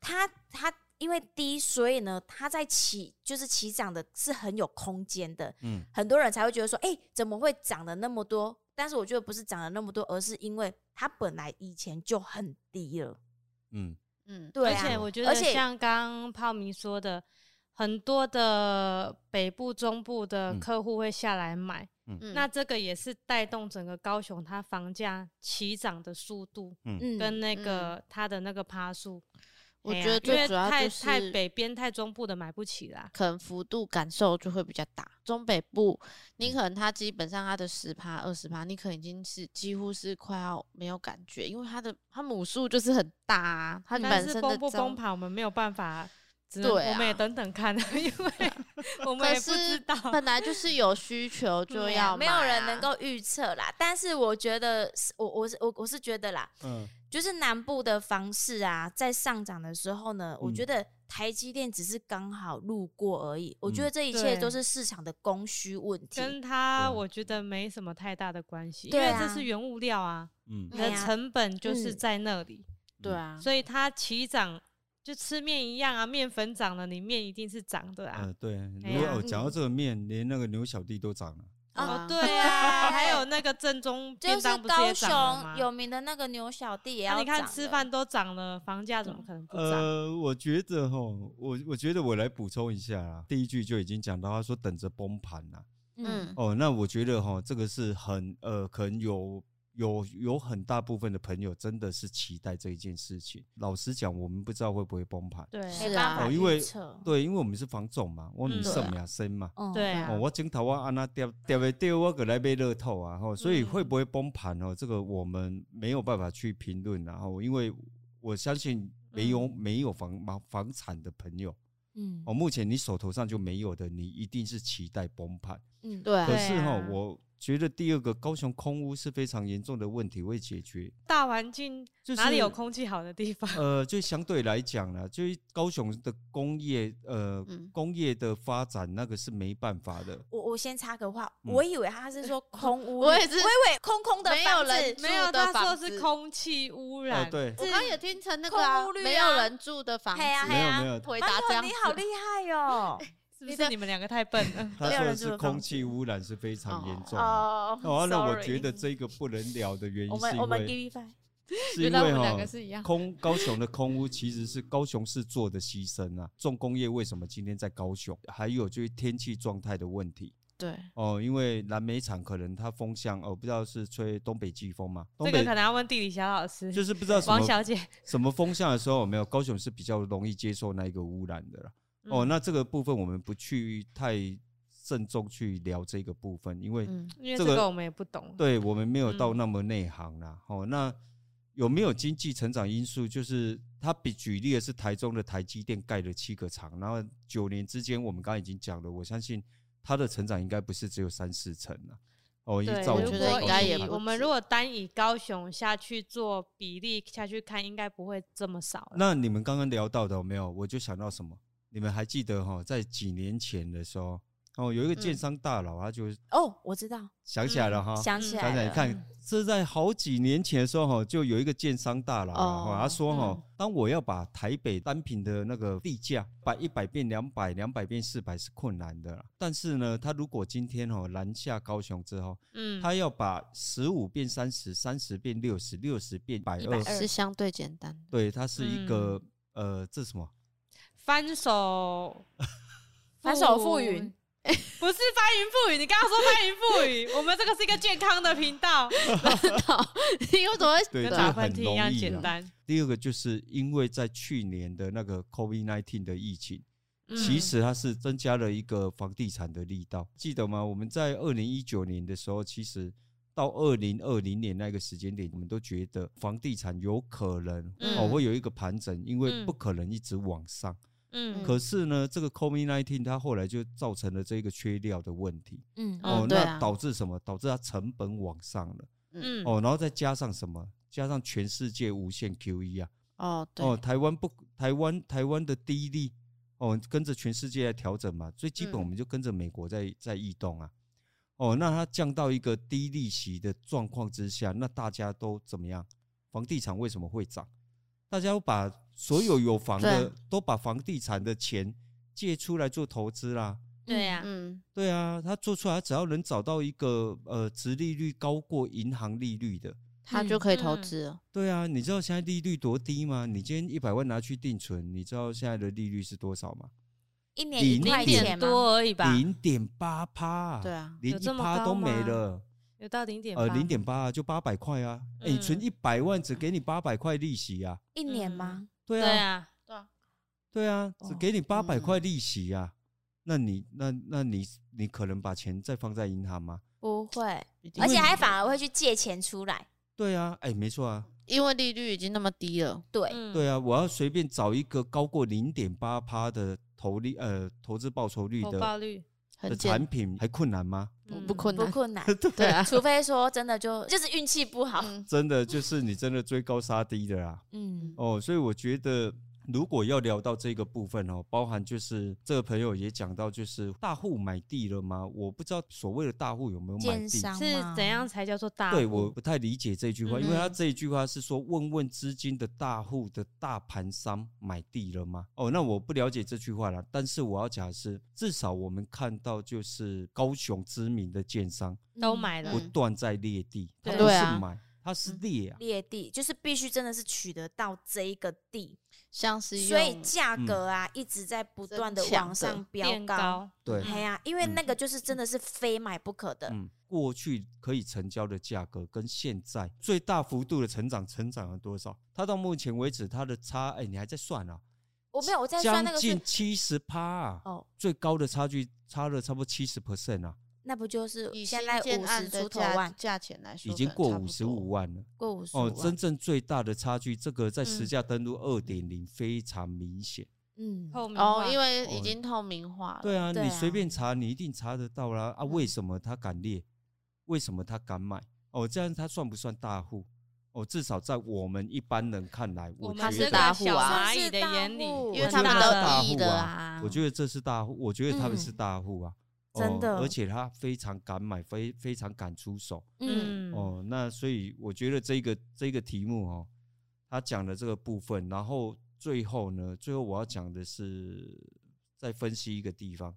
[SPEAKER 3] 它它因为低，所以呢，它在起就是起涨的是很有空间的，
[SPEAKER 1] 嗯，
[SPEAKER 3] 很多人才会觉得说，哎、怎么会涨了那么多？但是我觉得不是涨了那么多，而是因为它本来以前就很低了，
[SPEAKER 1] 嗯，
[SPEAKER 4] 嗯，
[SPEAKER 3] 对
[SPEAKER 2] 而
[SPEAKER 3] 啊，
[SPEAKER 2] 且我觉
[SPEAKER 3] 而
[SPEAKER 2] 得
[SPEAKER 3] 且
[SPEAKER 2] 像刚刚泡明说的，很多的北部、中部的
[SPEAKER 1] 嗯
[SPEAKER 2] 客户会下来买，
[SPEAKER 4] 嗯
[SPEAKER 2] 那这个也是带动整个高雄它房价起涨的速度
[SPEAKER 3] 嗯，
[SPEAKER 2] 跟那个它的那个趴数。
[SPEAKER 4] 我
[SPEAKER 2] 哎呀
[SPEAKER 4] 觉得
[SPEAKER 2] 因为
[SPEAKER 4] 最主要
[SPEAKER 2] 太
[SPEAKER 4] 就
[SPEAKER 2] 太
[SPEAKER 4] 是
[SPEAKER 2] 北边、太中部的买不起啦。
[SPEAKER 4] 可能幅度感受就会比较大。中北部，你可能它基本上它的十趴、二十趴，你可能已经是几乎是快要没有感觉，因为它的它母数就是很大、啊，它
[SPEAKER 2] 但
[SPEAKER 4] 本
[SPEAKER 2] 是
[SPEAKER 4] 身
[SPEAKER 2] 崩
[SPEAKER 4] 的
[SPEAKER 2] 不崩
[SPEAKER 4] 招
[SPEAKER 2] 盘，我们没有办法，只能
[SPEAKER 4] 对啊
[SPEAKER 2] 我们也等等看， [laughs]
[SPEAKER 4] [laughs]
[SPEAKER 2] 因为我们
[SPEAKER 4] 可
[SPEAKER 2] 也不知
[SPEAKER 4] 是
[SPEAKER 2] 道。
[SPEAKER 4] 本来就是有需求就
[SPEAKER 3] 对
[SPEAKER 4] 要、
[SPEAKER 3] 啊没有人能。够预测啦。但是我觉得是，我我是我我是觉得啦，
[SPEAKER 1] 嗯，
[SPEAKER 3] 就是南部的房市啊，在上涨的时候呢，我
[SPEAKER 1] 嗯
[SPEAKER 3] 觉得台积电只是刚好路过而已。我觉
[SPEAKER 1] 嗯
[SPEAKER 3] 得这一切
[SPEAKER 2] 对
[SPEAKER 3] 都是市场的供需问题。
[SPEAKER 2] 跟它
[SPEAKER 1] 对
[SPEAKER 2] 我觉得没什么太大的关系，因
[SPEAKER 3] 对
[SPEAKER 2] 为
[SPEAKER 3] 啊
[SPEAKER 2] 这是原物料啊，
[SPEAKER 1] 嗯
[SPEAKER 2] 你
[SPEAKER 3] 哎
[SPEAKER 2] 的
[SPEAKER 3] 呀
[SPEAKER 2] 成本就是
[SPEAKER 3] 嗯
[SPEAKER 2] 在那里，
[SPEAKER 4] 对啊，
[SPEAKER 2] 所以它起涨就吃面一样啊，面粉涨了，你面一定是涨的啊
[SPEAKER 1] 呃。对，
[SPEAKER 2] 哎
[SPEAKER 1] 如
[SPEAKER 2] 呀
[SPEAKER 1] 果哦讲到这个面，连那个牛小弟都涨了，
[SPEAKER 2] 哦，
[SPEAKER 4] 对啊
[SPEAKER 2] 对啊，还有那个正
[SPEAKER 4] [laughs]
[SPEAKER 2] 宗
[SPEAKER 3] 就
[SPEAKER 2] 便
[SPEAKER 3] 是
[SPEAKER 2] 当不是
[SPEAKER 3] 高
[SPEAKER 2] 也涨了吗
[SPEAKER 3] 雄？有名的那个牛小弟也
[SPEAKER 2] 啊
[SPEAKER 3] 要、
[SPEAKER 2] 你看吃，饭都涨了，房价怎么可能不涨？
[SPEAKER 1] 呃，我觉得哈，我我觉得我来补充一下啦，第一句就已经讲到，他说等着崩盘啦。
[SPEAKER 3] 嗯
[SPEAKER 4] 嗯，
[SPEAKER 1] 哦，那我觉得哈，这个是很呃，可能有有有很大部分的朋友真的是期待这一件事情。老实讲，我们不知道会不会崩盘，
[SPEAKER 2] 嗯对
[SPEAKER 4] 是
[SPEAKER 3] 没
[SPEAKER 4] 啊
[SPEAKER 3] 办法
[SPEAKER 1] 哦
[SPEAKER 3] 预
[SPEAKER 1] 因为
[SPEAKER 3] 测，
[SPEAKER 1] 对，因为我们是防重嘛，我们
[SPEAKER 2] 嗯
[SPEAKER 1] 什么呀生嘛。
[SPEAKER 3] 嗯
[SPEAKER 2] 对啊
[SPEAKER 1] 哦，我镜头我安那掉掉不掉，我个来被乐透啊！吼，所以
[SPEAKER 2] 嗯
[SPEAKER 1] 会不会崩盘哦？这个我们没有办法去评论啊，然后因为我相信没有、
[SPEAKER 2] 嗯
[SPEAKER 1] 没有房房房产的朋友
[SPEAKER 3] 嗯
[SPEAKER 1] 哦，目前你手头上就没有的，你一定是期待崩盘。
[SPEAKER 3] 嗯，
[SPEAKER 4] 对啊
[SPEAKER 1] 可是哈、
[SPEAKER 2] 啊
[SPEAKER 1] 我觉得第二个高雄空屋是非常严重的问题，未解决。
[SPEAKER 2] 大环境
[SPEAKER 1] 就是
[SPEAKER 2] 哪里有空气好的
[SPEAKER 1] [laughs]
[SPEAKER 2] 地方？
[SPEAKER 1] 呃，就相对来讲呢，就是高雄的工业，呃，
[SPEAKER 4] 嗯
[SPEAKER 1] 工业的发展那个是没办法的。
[SPEAKER 3] 我我先插个话，
[SPEAKER 1] 嗯
[SPEAKER 3] 我以为他是说空屋，
[SPEAKER 4] 我也是
[SPEAKER 3] 我以为空空的
[SPEAKER 4] 没有
[SPEAKER 3] 房子
[SPEAKER 4] 人
[SPEAKER 2] 没有，
[SPEAKER 4] 住
[SPEAKER 2] 他
[SPEAKER 4] 的
[SPEAKER 2] 说
[SPEAKER 4] 房
[SPEAKER 2] 是
[SPEAKER 4] 子
[SPEAKER 2] 空气污染。
[SPEAKER 1] 呃，对，
[SPEAKER 4] 我刚刚也听成那个、啊
[SPEAKER 3] 空屋率啊
[SPEAKER 4] 没有人住的房子，
[SPEAKER 3] 嘿啊
[SPEAKER 1] 没
[SPEAKER 3] 嘿
[SPEAKER 1] 有
[SPEAKER 3] 啊
[SPEAKER 1] 没有，
[SPEAKER 4] 回答
[SPEAKER 3] 馒
[SPEAKER 4] 这
[SPEAKER 3] 头
[SPEAKER 4] 样
[SPEAKER 3] 你
[SPEAKER 4] 子
[SPEAKER 3] 好厉害哦！
[SPEAKER 2] 是不是你们两个太笨了？
[SPEAKER 1] 他
[SPEAKER 3] 没
[SPEAKER 1] 说
[SPEAKER 3] 有
[SPEAKER 1] 的
[SPEAKER 3] 人住
[SPEAKER 1] 是
[SPEAKER 3] 的房
[SPEAKER 1] 空气污染是非常严重的。
[SPEAKER 3] 哦
[SPEAKER 1] 哦，那我
[SPEAKER 3] sorry
[SPEAKER 1] 觉得这个不能聊的原因
[SPEAKER 3] 我
[SPEAKER 1] 是
[SPEAKER 3] 们
[SPEAKER 1] 因
[SPEAKER 3] 我们
[SPEAKER 1] 为哦
[SPEAKER 3] give five，
[SPEAKER 1] 是
[SPEAKER 4] 原
[SPEAKER 1] 因
[SPEAKER 4] 来我
[SPEAKER 1] 为
[SPEAKER 4] 们两
[SPEAKER 1] 哈
[SPEAKER 4] 个是一样。
[SPEAKER 1] 空高雄的空屋其实是高雄市做的牺牲啊，重工业为什么今天在高雄？还有就是天气状态的问题。
[SPEAKER 4] 对，
[SPEAKER 1] 哦，因为南美场可能它风向哦，不知道是吹东北季风嘛，东
[SPEAKER 2] 这个
[SPEAKER 1] 北
[SPEAKER 2] 可能要问地理小老师，
[SPEAKER 1] 就是不知道什
[SPEAKER 2] 王
[SPEAKER 1] 么
[SPEAKER 2] 小姐。
[SPEAKER 1] 什么风向的时候，有没有高雄是比较容易接受那一个污染的啦。哦，
[SPEAKER 2] 嗯
[SPEAKER 1] 那这个部分我们不去太慎重去聊这个部分，因为
[SPEAKER 4] 嗯，
[SPEAKER 2] 因为
[SPEAKER 1] 这
[SPEAKER 2] 这
[SPEAKER 1] 个
[SPEAKER 2] 个我们也不懂。
[SPEAKER 1] 对我们没有到
[SPEAKER 2] 嗯
[SPEAKER 1] 那么内行啦。哦，那有没有经济成长因素？就是他比举例的是台中的台积电盖了七个厂，然后九年之间，我们刚刚已经讲了，我相信它的成长应该不是只有三四成啊。哦，依
[SPEAKER 2] 对，
[SPEAKER 1] 照
[SPEAKER 4] 我
[SPEAKER 1] 们
[SPEAKER 4] 觉
[SPEAKER 2] 如
[SPEAKER 4] 得
[SPEAKER 1] 高
[SPEAKER 2] 果
[SPEAKER 4] 应该
[SPEAKER 1] 雄
[SPEAKER 4] 也
[SPEAKER 2] 以
[SPEAKER 1] 看
[SPEAKER 4] 不
[SPEAKER 2] 我们
[SPEAKER 4] 止
[SPEAKER 2] 如果单以高雄下去做比例下去看，应该不会这么少了。
[SPEAKER 1] 那你们刚刚聊到的有没有？我就想到什么？你们还记得哈，在几年前的时候，哦，有一个建
[SPEAKER 4] 嗯
[SPEAKER 1] 商大佬，他就
[SPEAKER 3] 哦，我知道，
[SPEAKER 1] 想起来了哈，
[SPEAKER 3] 想起
[SPEAKER 1] 想
[SPEAKER 3] 来
[SPEAKER 1] 想
[SPEAKER 3] 了，
[SPEAKER 1] 看，这在好几年前的时候哈，就有一个建商大佬啊，哈
[SPEAKER 4] 哦
[SPEAKER 1] 他说哈
[SPEAKER 4] 嗯，
[SPEAKER 1] 当我要把台北单品的那个地价把一百变两百，两百变四百是困难的啦。但是呢，他如果今天哦南下高雄之后，
[SPEAKER 2] 嗯，
[SPEAKER 1] 他要把十五变三十，三十变六十，六十变百二，
[SPEAKER 4] 是相对简单
[SPEAKER 1] [laughs]
[SPEAKER 4] 的。
[SPEAKER 1] 对，它是一个呃，这什么？
[SPEAKER 2] 翻手
[SPEAKER 3] 翻手覆云，
[SPEAKER 2] 不是翻云覆雨。你刚刚说翻云
[SPEAKER 1] [laughs]
[SPEAKER 2] 覆雨，我们这个是一个健康的频道，
[SPEAKER 1] 对，这
[SPEAKER 2] 跟
[SPEAKER 4] 你为什么会
[SPEAKER 2] 打
[SPEAKER 1] 个
[SPEAKER 2] 喷
[SPEAKER 1] 很
[SPEAKER 2] 嚏
[SPEAKER 1] 容
[SPEAKER 2] 一样
[SPEAKER 1] 易
[SPEAKER 2] 简
[SPEAKER 1] 啊
[SPEAKER 2] 单。
[SPEAKER 1] 第二个就是因为在去年的那个 COVID 1 9的疫情，
[SPEAKER 2] 嗯
[SPEAKER 1] 其实它是增加了一个房地产的力道，记得吗？我们在二零一九年的时候，其实到二零二零年那个时间点，我们都觉得房地产有可能、哦
[SPEAKER 4] 嗯
[SPEAKER 1] 会有一个盘整，因为
[SPEAKER 2] 嗯
[SPEAKER 1] 不可能一直往上。
[SPEAKER 2] 嗯
[SPEAKER 1] 可是呢，这个 COVID 1 9它后来就造成了这个缺料的问题、
[SPEAKER 3] 嗯
[SPEAKER 4] 嗯
[SPEAKER 1] 哦，
[SPEAKER 4] 对
[SPEAKER 1] 那
[SPEAKER 4] 啊
[SPEAKER 1] 导致什么？导致它成本往上了。
[SPEAKER 2] 嗯
[SPEAKER 1] 哦，然后再加上什么？加上全世界无限 QE 啊，
[SPEAKER 4] 哦，对，
[SPEAKER 1] 哦，台湾不，台湾台湾的低利，哦，跟着全世界来调整嘛，最基本
[SPEAKER 4] 嗯
[SPEAKER 1] 我们就跟着美国在在异动啊，哦，那它降到一个低利息的状况之下，那大家都怎么样？房地产为什么会涨？大家都把所有有房的
[SPEAKER 4] 对
[SPEAKER 1] 都把房地产的钱借出来做投资啦。
[SPEAKER 2] 对呀
[SPEAKER 4] 嗯，
[SPEAKER 1] 对啊，他做出来，他只要能找到一个呃，值利率高过银行利率的，
[SPEAKER 4] 他就
[SPEAKER 3] 嗯
[SPEAKER 4] 可以投
[SPEAKER 2] 嗯
[SPEAKER 4] 资了。
[SPEAKER 1] 对啊，你知道现在利率多低吗？你今天一百万拿去定存，你知道现在的利率是多少吗？
[SPEAKER 3] 一年
[SPEAKER 1] 零
[SPEAKER 3] 一块
[SPEAKER 2] 零
[SPEAKER 1] 点
[SPEAKER 3] 钱
[SPEAKER 2] 点
[SPEAKER 3] 嘛，
[SPEAKER 2] 多而已吧，
[SPEAKER 1] 零点八趴，
[SPEAKER 4] 对啊，
[SPEAKER 1] 连
[SPEAKER 2] 有
[SPEAKER 1] 一
[SPEAKER 2] 这么
[SPEAKER 1] 趴都
[SPEAKER 2] 高
[SPEAKER 1] 没
[SPEAKER 2] 吗
[SPEAKER 1] 了，
[SPEAKER 2] 有到零点
[SPEAKER 1] 呃，零点八就八百块啊，哎、你存
[SPEAKER 2] 嗯
[SPEAKER 1] 一百万只给你八百块利息啊，
[SPEAKER 3] 一年吗？
[SPEAKER 1] 对
[SPEAKER 2] 对
[SPEAKER 1] 啊，
[SPEAKER 2] 啊，
[SPEAKER 1] 对啊，只
[SPEAKER 3] 哦
[SPEAKER 1] 给你八百
[SPEAKER 4] 嗯
[SPEAKER 1] 块利息啊，那你那那你你可能把钱再放在银行吗？
[SPEAKER 3] 不会，
[SPEAKER 4] 一定
[SPEAKER 3] 而且
[SPEAKER 4] 会
[SPEAKER 3] 还反而会去借钱出来。
[SPEAKER 1] 对啊，哎、没错啊，
[SPEAKER 4] 因为利率已经那么低了，
[SPEAKER 3] 对，
[SPEAKER 2] 嗯
[SPEAKER 1] 对啊，我要随便找一个高过零点八趴的投利呃投资报酬率
[SPEAKER 2] 投报
[SPEAKER 1] 的
[SPEAKER 2] 率
[SPEAKER 4] 很
[SPEAKER 1] 的
[SPEAKER 4] 简
[SPEAKER 1] 产品，还困难吗？
[SPEAKER 4] 不
[SPEAKER 2] 嗯
[SPEAKER 4] 不困
[SPEAKER 3] 不
[SPEAKER 1] [laughs]
[SPEAKER 4] 难。
[SPEAKER 3] 困难，
[SPEAKER 4] 对啊，
[SPEAKER 3] 除非说真的就就是运气不好。
[SPEAKER 4] 嗯
[SPEAKER 1] 真的就是你真的追高杀低的啦。
[SPEAKER 3] 嗯，
[SPEAKER 1] 哦，所以我觉得如果要聊到这个部分哦，包含就是这个朋友也讲到，就是大户买地了吗？我不知道所谓的大户有没有买
[SPEAKER 3] 建
[SPEAKER 1] 地。
[SPEAKER 3] 商
[SPEAKER 2] 是
[SPEAKER 4] 啊
[SPEAKER 3] 嘛
[SPEAKER 2] 怎样？才叫做大户？
[SPEAKER 1] 对，我不太理解这句话，因为他
[SPEAKER 4] 嗯
[SPEAKER 1] 这一句话是说问问资金的大户的大盘商买地了吗？哦，那我不了解这句话啦，但是我要讲的是，至少我们看到就是高雄知名的建商
[SPEAKER 2] 都
[SPEAKER 3] 嗯
[SPEAKER 2] 买了
[SPEAKER 1] 不，断在裂地，他
[SPEAKER 2] 对
[SPEAKER 1] 不
[SPEAKER 4] 对
[SPEAKER 1] 是
[SPEAKER 4] 啊
[SPEAKER 1] 买，他是裂啊，
[SPEAKER 3] 裂地，就是必须真的是取得到这一个地，
[SPEAKER 4] 像是
[SPEAKER 3] 所以
[SPEAKER 4] 用
[SPEAKER 3] 价
[SPEAKER 1] 嗯
[SPEAKER 3] 格啊、一直在不
[SPEAKER 4] 增
[SPEAKER 3] 断的
[SPEAKER 4] 强
[SPEAKER 3] 往
[SPEAKER 4] 的
[SPEAKER 3] 上飙
[SPEAKER 2] 变高。
[SPEAKER 1] 对，
[SPEAKER 3] 哎呀、因为
[SPEAKER 1] 嗯
[SPEAKER 3] 那个就是真的是非买不可的。
[SPEAKER 1] 嗯，过去可以成交的价格跟现在最大幅度的成长，成长了多少？它到目前为止，它的差，哎、你还在算啊？
[SPEAKER 3] 我没有，我在算
[SPEAKER 1] 将
[SPEAKER 3] 那个是
[SPEAKER 1] 近七十趴啊，
[SPEAKER 3] 哦，
[SPEAKER 1] 最高的差距差了差不多七十 percent 啊，
[SPEAKER 3] 那不就是
[SPEAKER 4] 以
[SPEAKER 3] 现
[SPEAKER 4] 新
[SPEAKER 3] 在
[SPEAKER 4] 建
[SPEAKER 3] 五
[SPEAKER 4] 案
[SPEAKER 3] 十
[SPEAKER 4] 的
[SPEAKER 3] 出头
[SPEAKER 4] 价
[SPEAKER 3] 万
[SPEAKER 4] 价钱来说，
[SPEAKER 1] 已经过
[SPEAKER 4] 可能差
[SPEAKER 1] 五
[SPEAKER 4] 不
[SPEAKER 1] 十
[SPEAKER 4] 多
[SPEAKER 1] 五万了。
[SPEAKER 3] 过五十
[SPEAKER 1] 哦，
[SPEAKER 3] 万？
[SPEAKER 1] 真正最大的差距，这个在实
[SPEAKER 2] 嗯
[SPEAKER 1] 价登录二点零非常明显。
[SPEAKER 3] 嗯，
[SPEAKER 2] 透明
[SPEAKER 4] 哦
[SPEAKER 2] 化，
[SPEAKER 4] 因为已
[SPEAKER 1] 哦
[SPEAKER 4] 经透明化了。
[SPEAKER 1] 对啊，
[SPEAKER 3] 对
[SPEAKER 1] 你随
[SPEAKER 3] 啊
[SPEAKER 1] 便查，你一定查得到啦。啊，为什么他敢列？为什么他敢买？哦，这样他算不算大户？哦，至少在我们一般人看来，
[SPEAKER 2] 我
[SPEAKER 1] 觉
[SPEAKER 2] 们
[SPEAKER 4] 们
[SPEAKER 1] 得
[SPEAKER 4] 是
[SPEAKER 2] 是在
[SPEAKER 4] 大户
[SPEAKER 2] 小
[SPEAKER 4] 啊
[SPEAKER 2] 蚂
[SPEAKER 3] 算是
[SPEAKER 2] 蚁的
[SPEAKER 3] 大
[SPEAKER 2] 眼里，
[SPEAKER 3] 户
[SPEAKER 4] 因
[SPEAKER 1] 我
[SPEAKER 4] 为
[SPEAKER 2] 很
[SPEAKER 1] 觉
[SPEAKER 4] 他们
[SPEAKER 1] 得
[SPEAKER 2] 大
[SPEAKER 4] 都
[SPEAKER 1] 大
[SPEAKER 4] 有
[SPEAKER 1] 户
[SPEAKER 4] 意的
[SPEAKER 1] 啊
[SPEAKER 4] 啊。
[SPEAKER 1] 我觉得这是大户，我觉得他们是
[SPEAKER 3] 嗯
[SPEAKER 1] 大户啊，哦
[SPEAKER 3] 真的
[SPEAKER 1] 而且他非常敢买，非非常敢出手
[SPEAKER 3] 嗯，
[SPEAKER 1] 哦。那所以我觉得这个这个题目哦，他讲的这个部分，然后最后呢，最后我要讲的是再分析一个地方。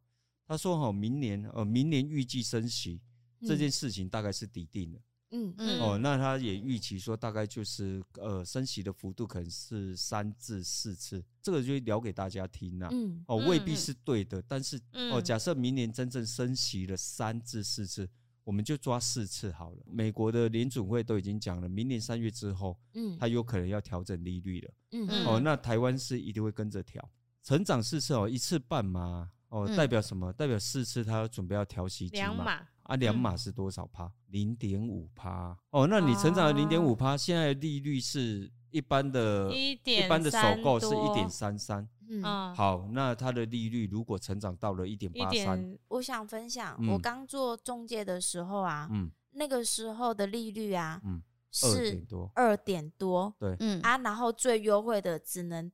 [SPEAKER 1] 他说哈、明年呃，明年预计升息这件事情大概是底定了、
[SPEAKER 3] 嗯嗯
[SPEAKER 4] 嗯
[SPEAKER 1] 哦。那他也预期说，大概就是呃，升息的幅度可能是三至四次，这个就聊给大家听啦、
[SPEAKER 3] 嗯
[SPEAKER 1] 哦，未
[SPEAKER 4] 嗯
[SPEAKER 1] 必
[SPEAKER 4] 嗯
[SPEAKER 1] 是对的，但是哦，
[SPEAKER 2] 嗯
[SPEAKER 1] 假设明年真正升息了三至四次，我们就抓四次好了。美国的联准会都已经讲了，明年三月之后，
[SPEAKER 3] 嗯
[SPEAKER 1] 它有可能要调整利率了。
[SPEAKER 3] 嗯
[SPEAKER 4] 嗯
[SPEAKER 1] 哦，那台湾是一定会跟着调，成长四次哦，一次半码哦，代
[SPEAKER 4] 嗯
[SPEAKER 1] 表什么？代表四次它准备要调息金
[SPEAKER 2] 两
[SPEAKER 1] 嘛？
[SPEAKER 2] 码，
[SPEAKER 1] 啊，两码是多少趴？零点五趴哦，那你成长了零点五趴，现在的利率是一般的。一
[SPEAKER 2] 1.3
[SPEAKER 1] 般的首购是一
[SPEAKER 2] 多
[SPEAKER 1] 点三三，
[SPEAKER 3] 嗯，
[SPEAKER 2] 嗯，
[SPEAKER 1] 好，那它的利率如果成长到了一点
[SPEAKER 2] 一
[SPEAKER 1] 八三，
[SPEAKER 2] 点
[SPEAKER 3] 我想分享，
[SPEAKER 1] 嗯
[SPEAKER 3] 我刚做中介的时候啊，
[SPEAKER 1] 嗯，
[SPEAKER 3] 那个时候的利率啊，
[SPEAKER 1] 嗯二点
[SPEAKER 3] 是
[SPEAKER 1] 多，
[SPEAKER 3] 二点多
[SPEAKER 4] 嗯
[SPEAKER 3] 啊，然后最优惠的只能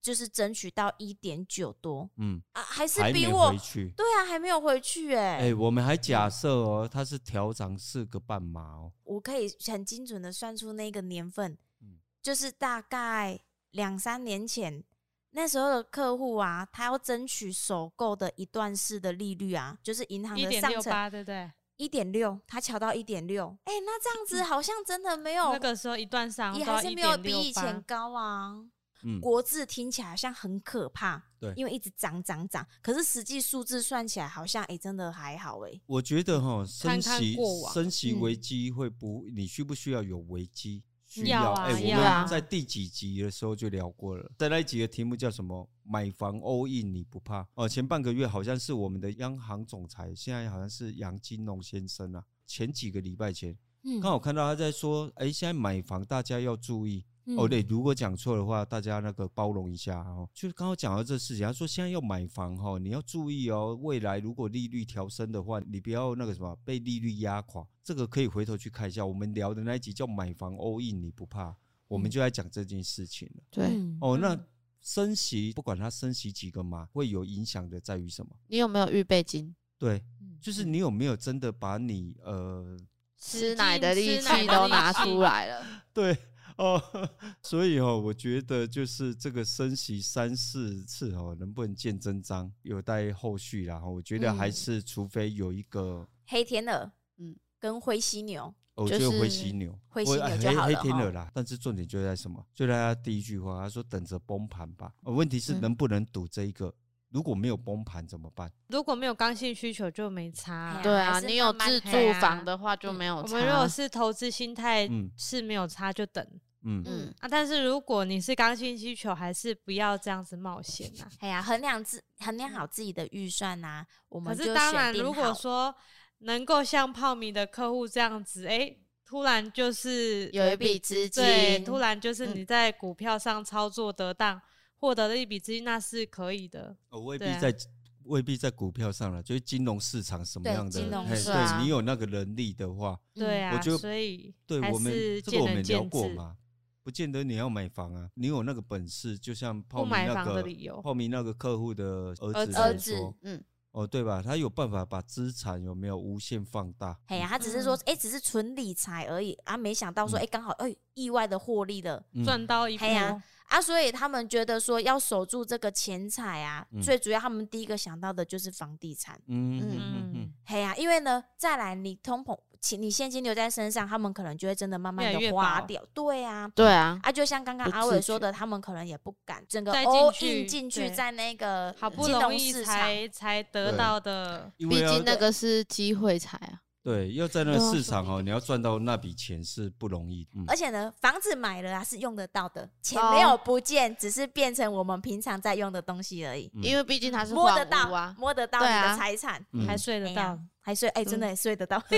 [SPEAKER 3] 就是争取到一点九多
[SPEAKER 1] 嗯，
[SPEAKER 3] 啊，还是
[SPEAKER 1] 还
[SPEAKER 3] 比
[SPEAKER 1] 没
[SPEAKER 3] 我
[SPEAKER 1] 回去。
[SPEAKER 3] 对啊，还没有回去哎、
[SPEAKER 1] 哎、我们还
[SPEAKER 2] 嗯
[SPEAKER 1] 假设哦，它是调涨四个半码哦，
[SPEAKER 3] 我可以很精准的算出那个年份，
[SPEAKER 1] 嗯
[SPEAKER 3] 就是大概两三年前那时候的客户啊，他要争取首购的一段式的利率啊，就是银行
[SPEAKER 4] 嗯
[SPEAKER 2] 一
[SPEAKER 3] 的
[SPEAKER 2] 点
[SPEAKER 3] 上
[SPEAKER 2] 六
[SPEAKER 3] 层
[SPEAKER 2] 八，对不对？
[SPEAKER 3] 一点六，他调到一点六，哎，那这样子好像真的没有，
[SPEAKER 4] 哦
[SPEAKER 2] 嗯那个时候一段上
[SPEAKER 3] 也还
[SPEAKER 2] 到
[SPEAKER 3] 是
[SPEAKER 2] 一
[SPEAKER 3] 没有
[SPEAKER 2] 点
[SPEAKER 3] 比
[SPEAKER 2] 六
[SPEAKER 3] 以前
[SPEAKER 2] 八，
[SPEAKER 3] 高啊。
[SPEAKER 1] 嗯，
[SPEAKER 3] 国字听起来好像很可怕，
[SPEAKER 1] 对
[SPEAKER 3] 因为一直涨涨涨，可是实际数字算起来好像哎、真的还好哎、
[SPEAKER 1] 我觉得哈、升
[SPEAKER 2] 看看
[SPEAKER 1] 息
[SPEAKER 2] 过往
[SPEAKER 1] 升息危
[SPEAKER 3] 嗯
[SPEAKER 1] 机会不？你需不需要有危机？需
[SPEAKER 2] 要啊
[SPEAKER 1] 哎、
[SPEAKER 2] 要
[SPEAKER 1] 我
[SPEAKER 4] 啊
[SPEAKER 1] 们在第几集的时候就聊过了，在那一集的题目叫什么？买房 all in 你不怕？哦、前半个月好像是我们的央行总裁，现在好像是杨金龙先生啊。前几个礼拜前，
[SPEAKER 3] 嗯
[SPEAKER 1] 刚好看到他在说，哎、现在买房大家要注意，
[SPEAKER 2] 嗯
[SPEAKER 3] 嗯
[SPEAKER 1] 哦，对，如果讲错的话，大家那个包容一下哦。就是刚刚讲到这事情，他说现在要买房哈、哦，你要注意哦，未来如果利率调升的话，你不要那个什么被利率压垮。这个可以回头去看一下，我们聊的那一集叫“买房 all in 你不
[SPEAKER 3] 嗯
[SPEAKER 1] 怕”，我们就在讲这件事情了。
[SPEAKER 4] 对，
[SPEAKER 1] 哦，那
[SPEAKER 2] 嗯
[SPEAKER 1] 升息不管它升息几个码，会有影响的在于什么？
[SPEAKER 4] 你有没有预备金？
[SPEAKER 1] 对，
[SPEAKER 3] 嗯
[SPEAKER 1] 就是你有没有真的把你呃，
[SPEAKER 4] 吃
[SPEAKER 2] 使
[SPEAKER 4] 奶的
[SPEAKER 2] 劲
[SPEAKER 4] 力
[SPEAKER 2] 吃奶
[SPEAKER 4] 气
[SPEAKER 2] 的
[SPEAKER 4] 都
[SPEAKER 2] 力
[SPEAKER 4] 拿
[SPEAKER 2] 气
[SPEAKER 4] 出来了，
[SPEAKER 1] 对哦， [laughs] 所以哦，我觉得就是这个升息三四次哦，能不能见真章，有待后续啦。哦我觉得还
[SPEAKER 4] 嗯
[SPEAKER 1] 是，除非有一个，
[SPEAKER 3] 黑天鹅，嗯
[SPEAKER 4] 嗯，
[SPEAKER 3] 跟灰犀牛，
[SPEAKER 1] 哦我
[SPEAKER 4] 就
[SPEAKER 1] 觉得灰
[SPEAKER 4] 是
[SPEAKER 1] 犀牛，
[SPEAKER 3] 灰犀
[SPEAKER 1] 我
[SPEAKER 3] 牛
[SPEAKER 1] 哎
[SPEAKER 3] 就好
[SPEAKER 1] 黑
[SPEAKER 3] 了
[SPEAKER 1] 黑天
[SPEAKER 3] 哦
[SPEAKER 1] 鹅啦。但是重点就在什么？就在他第一句话，他说等着崩盘吧。呃问题是
[SPEAKER 4] 嗯
[SPEAKER 1] 能不能赌这一个？如果没有崩盘怎么办？
[SPEAKER 2] 如果没有刚性需求就没差啊、
[SPEAKER 3] 哎呀
[SPEAKER 4] 对
[SPEAKER 3] 还
[SPEAKER 4] 啊，
[SPEAKER 3] 是
[SPEAKER 4] 你有
[SPEAKER 3] 慢慢
[SPEAKER 4] 自
[SPEAKER 3] 来
[SPEAKER 4] 住
[SPEAKER 2] 啊
[SPEAKER 4] 房的话就
[SPEAKER 3] 嗯
[SPEAKER 4] 没有
[SPEAKER 2] 我
[SPEAKER 4] 差。
[SPEAKER 2] 们如果是投资心态
[SPEAKER 1] 嗯
[SPEAKER 2] 是没有差就等、
[SPEAKER 1] 嗯，
[SPEAKER 4] 嗯，
[SPEAKER 2] 啊，但是如果你是刚性需求，还是不要这样子冒险啊。
[SPEAKER 3] 哎呀，衡量自衡量好自己的预算呐、我
[SPEAKER 2] 嗯可
[SPEAKER 3] 们就是
[SPEAKER 2] 当
[SPEAKER 3] 选
[SPEAKER 2] 然，
[SPEAKER 3] 定
[SPEAKER 2] 如果
[SPEAKER 3] 好
[SPEAKER 2] 说能够像泡米的客户这样子，哎、突然就是
[SPEAKER 4] 有一
[SPEAKER 3] 笔
[SPEAKER 4] 笔资金，
[SPEAKER 2] 对，突然就是
[SPEAKER 4] 嗯
[SPEAKER 2] 你在股票上操作得当，获得了一笔资金，那是可以
[SPEAKER 3] 嗯
[SPEAKER 2] 的。
[SPEAKER 1] 哦，未必
[SPEAKER 2] 对啊
[SPEAKER 1] 在未必在股票上了，就是金融市场什么
[SPEAKER 3] 对
[SPEAKER 1] 样的，
[SPEAKER 3] 金融
[SPEAKER 1] 嘿
[SPEAKER 4] 市
[SPEAKER 1] 对
[SPEAKER 4] 场
[SPEAKER 1] 你有那个能力的话，
[SPEAKER 3] 嗯
[SPEAKER 2] 对
[SPEAKER 1] 我
[SPEAKER 2] 啊，
[SPEAKER 1] 觉得
[SPEAKER 2] 所以
[SPEAKER 1] 对
[SPEAKER 2] 还
[SPEAKER 1] 我们
[SPEAKER 2] 是
[SPEAKER 1] 这个
[SPEAKER 2] 见
[SPEAKER 1] 我们
[SPEAKER 2] 仁
[SPEAKER 1] 聊
[SPEAKER 2] 见
[SPEAKER 1] 过
[SPEAKER 2] 智，
[SPEAKER 1] 嘛，不见得你要买房啊，你有那个本事，就像泡
[SPEAKER 2] 不
[SPEAKER 1] 米
[SPEAKER 2] 买
[SPEAKER 1] 那
[SPEAKER 2] 房的
[SPEAKER 1] 个
[SPEAKER 2] 理由
[SPEAKER 1] 泡米那个客户的儿
[SPEAKER 2] 儿
[SPEAKER 1] 子
[SPEAKER 2] 子
[SPEAKER 1] 来
[SPEAKER 3] 儿子
[SPEAKER 1] 说
[SPEAKER 4] 嗯，
[SPEAKER 1] 哦，对吧？他有办法把资产有没有无限放大？
[SPEAKER 3] 哎呀，他只是
[SPEAKER 2] 嗯
[SPEAKER 3] 说，哎、只是纯理财而已啊，没想到
[SPEAKER 4] 嗯
[SPEAKER 3] 说，哎、刚好，哎、意外的获利了
[SPEAKER 1] 嗯
[SPEAKER 2] 赚到一波
[SPEAKER 3] 嘿。呀啊，所以他们觉得说要守住这个钱财啊，
[SPEAKER 1] 嗯
[SPEAKER 3] 最主要他们第一个想到的就是房地产，
[SPEAKER 1] 嗯嗯
[SPEAKER 4] 嗯
[SPEAKER 1] 嗯嗯
[SPEAKER 2] 嗯，
[SPEAKER 3] 嘿呀、因为呢，再来你通膨，钱你现金留在身上，他们可能就会真的慢慢
[SPEAKER 2] 越来
[SPEAKER 3] 的
[SPEAKER 2] 越
[SPEAKER 3] 花
[SPEAKER 2] 高
[SPEAKER 3] 掉，对啊。
[SPEAKER 4] 对啊，
[SPEAKER 3] 啊，就像刚刚
[SPEAKER 4] 不
[SPEAKER 3] 阿
[SPEAKER 4] 自
[SPEAKER 3] 伟说
[SPEAKER 4] 觉
[SPEAKER 3] 的，他们可能也不敢整个
[SPEAKER 2] 再
[SPEAKER 3] all
[SPEAKER 2] 进
[SPEAKER 3] in
[SPEAKER 2] 去
[SPEAKER 3] 进去
[SPEAKER 2] 对
[SPEAKER 3] 在那个
[SPEAKER 2] 好不
[SPEAKER 3] 金
[SPEAKER 2] 容
[SPEAKER 3] 融
[SPEAKER 2] 易
[SPEAKER 3] 市场，
[SPEAKER 2] 才才得
[SPEAKER 1] 对
[SPEAKER 2] 到的，
[SPEAKER 1] 因为
[SPEAKER 4] 毕
[SPEAKER 1] 要
[SPEAKER 4] 竟那个是机会财啊。
[SPEAKER 1] 对要在那个
[SPEAKER 4] 对啊
[SPEAKER 1] 市场哦，你要赚到那笔钱是不容易。嗯
[SPEAKER 2] 哎
[SPEAKER 3] 而且呢，房子买了啊是用得到的，钱没有不见，只是变成我们平常在用的东西而已，
[SPEAKER 1] 嗯
[SPEAKER 4] 因为毕竟它是
[SPEAKER 3] 摸得
[SPEAKER 4] 换
[SPEAKER 3] 到
[SPEAKER 4] 屋啊，
[SPEAKER 3] 摸得到你
[SPEAKER 4] 对啊
[SPEAKER 3] 的财产，
[SPEAKER 1] 嗯
[SPEAKER 2] 还睡
[SPEAKER 3] 哎
[SPEAKER 2] 得
[SPEAKER 3] 呀
[SPEAKER 2] 到。
[SPEAKER 3] 还睡哎，
[SPEAKER 4] 嗯
[SPEAKER 3] 真的也睡得到。 [laughs]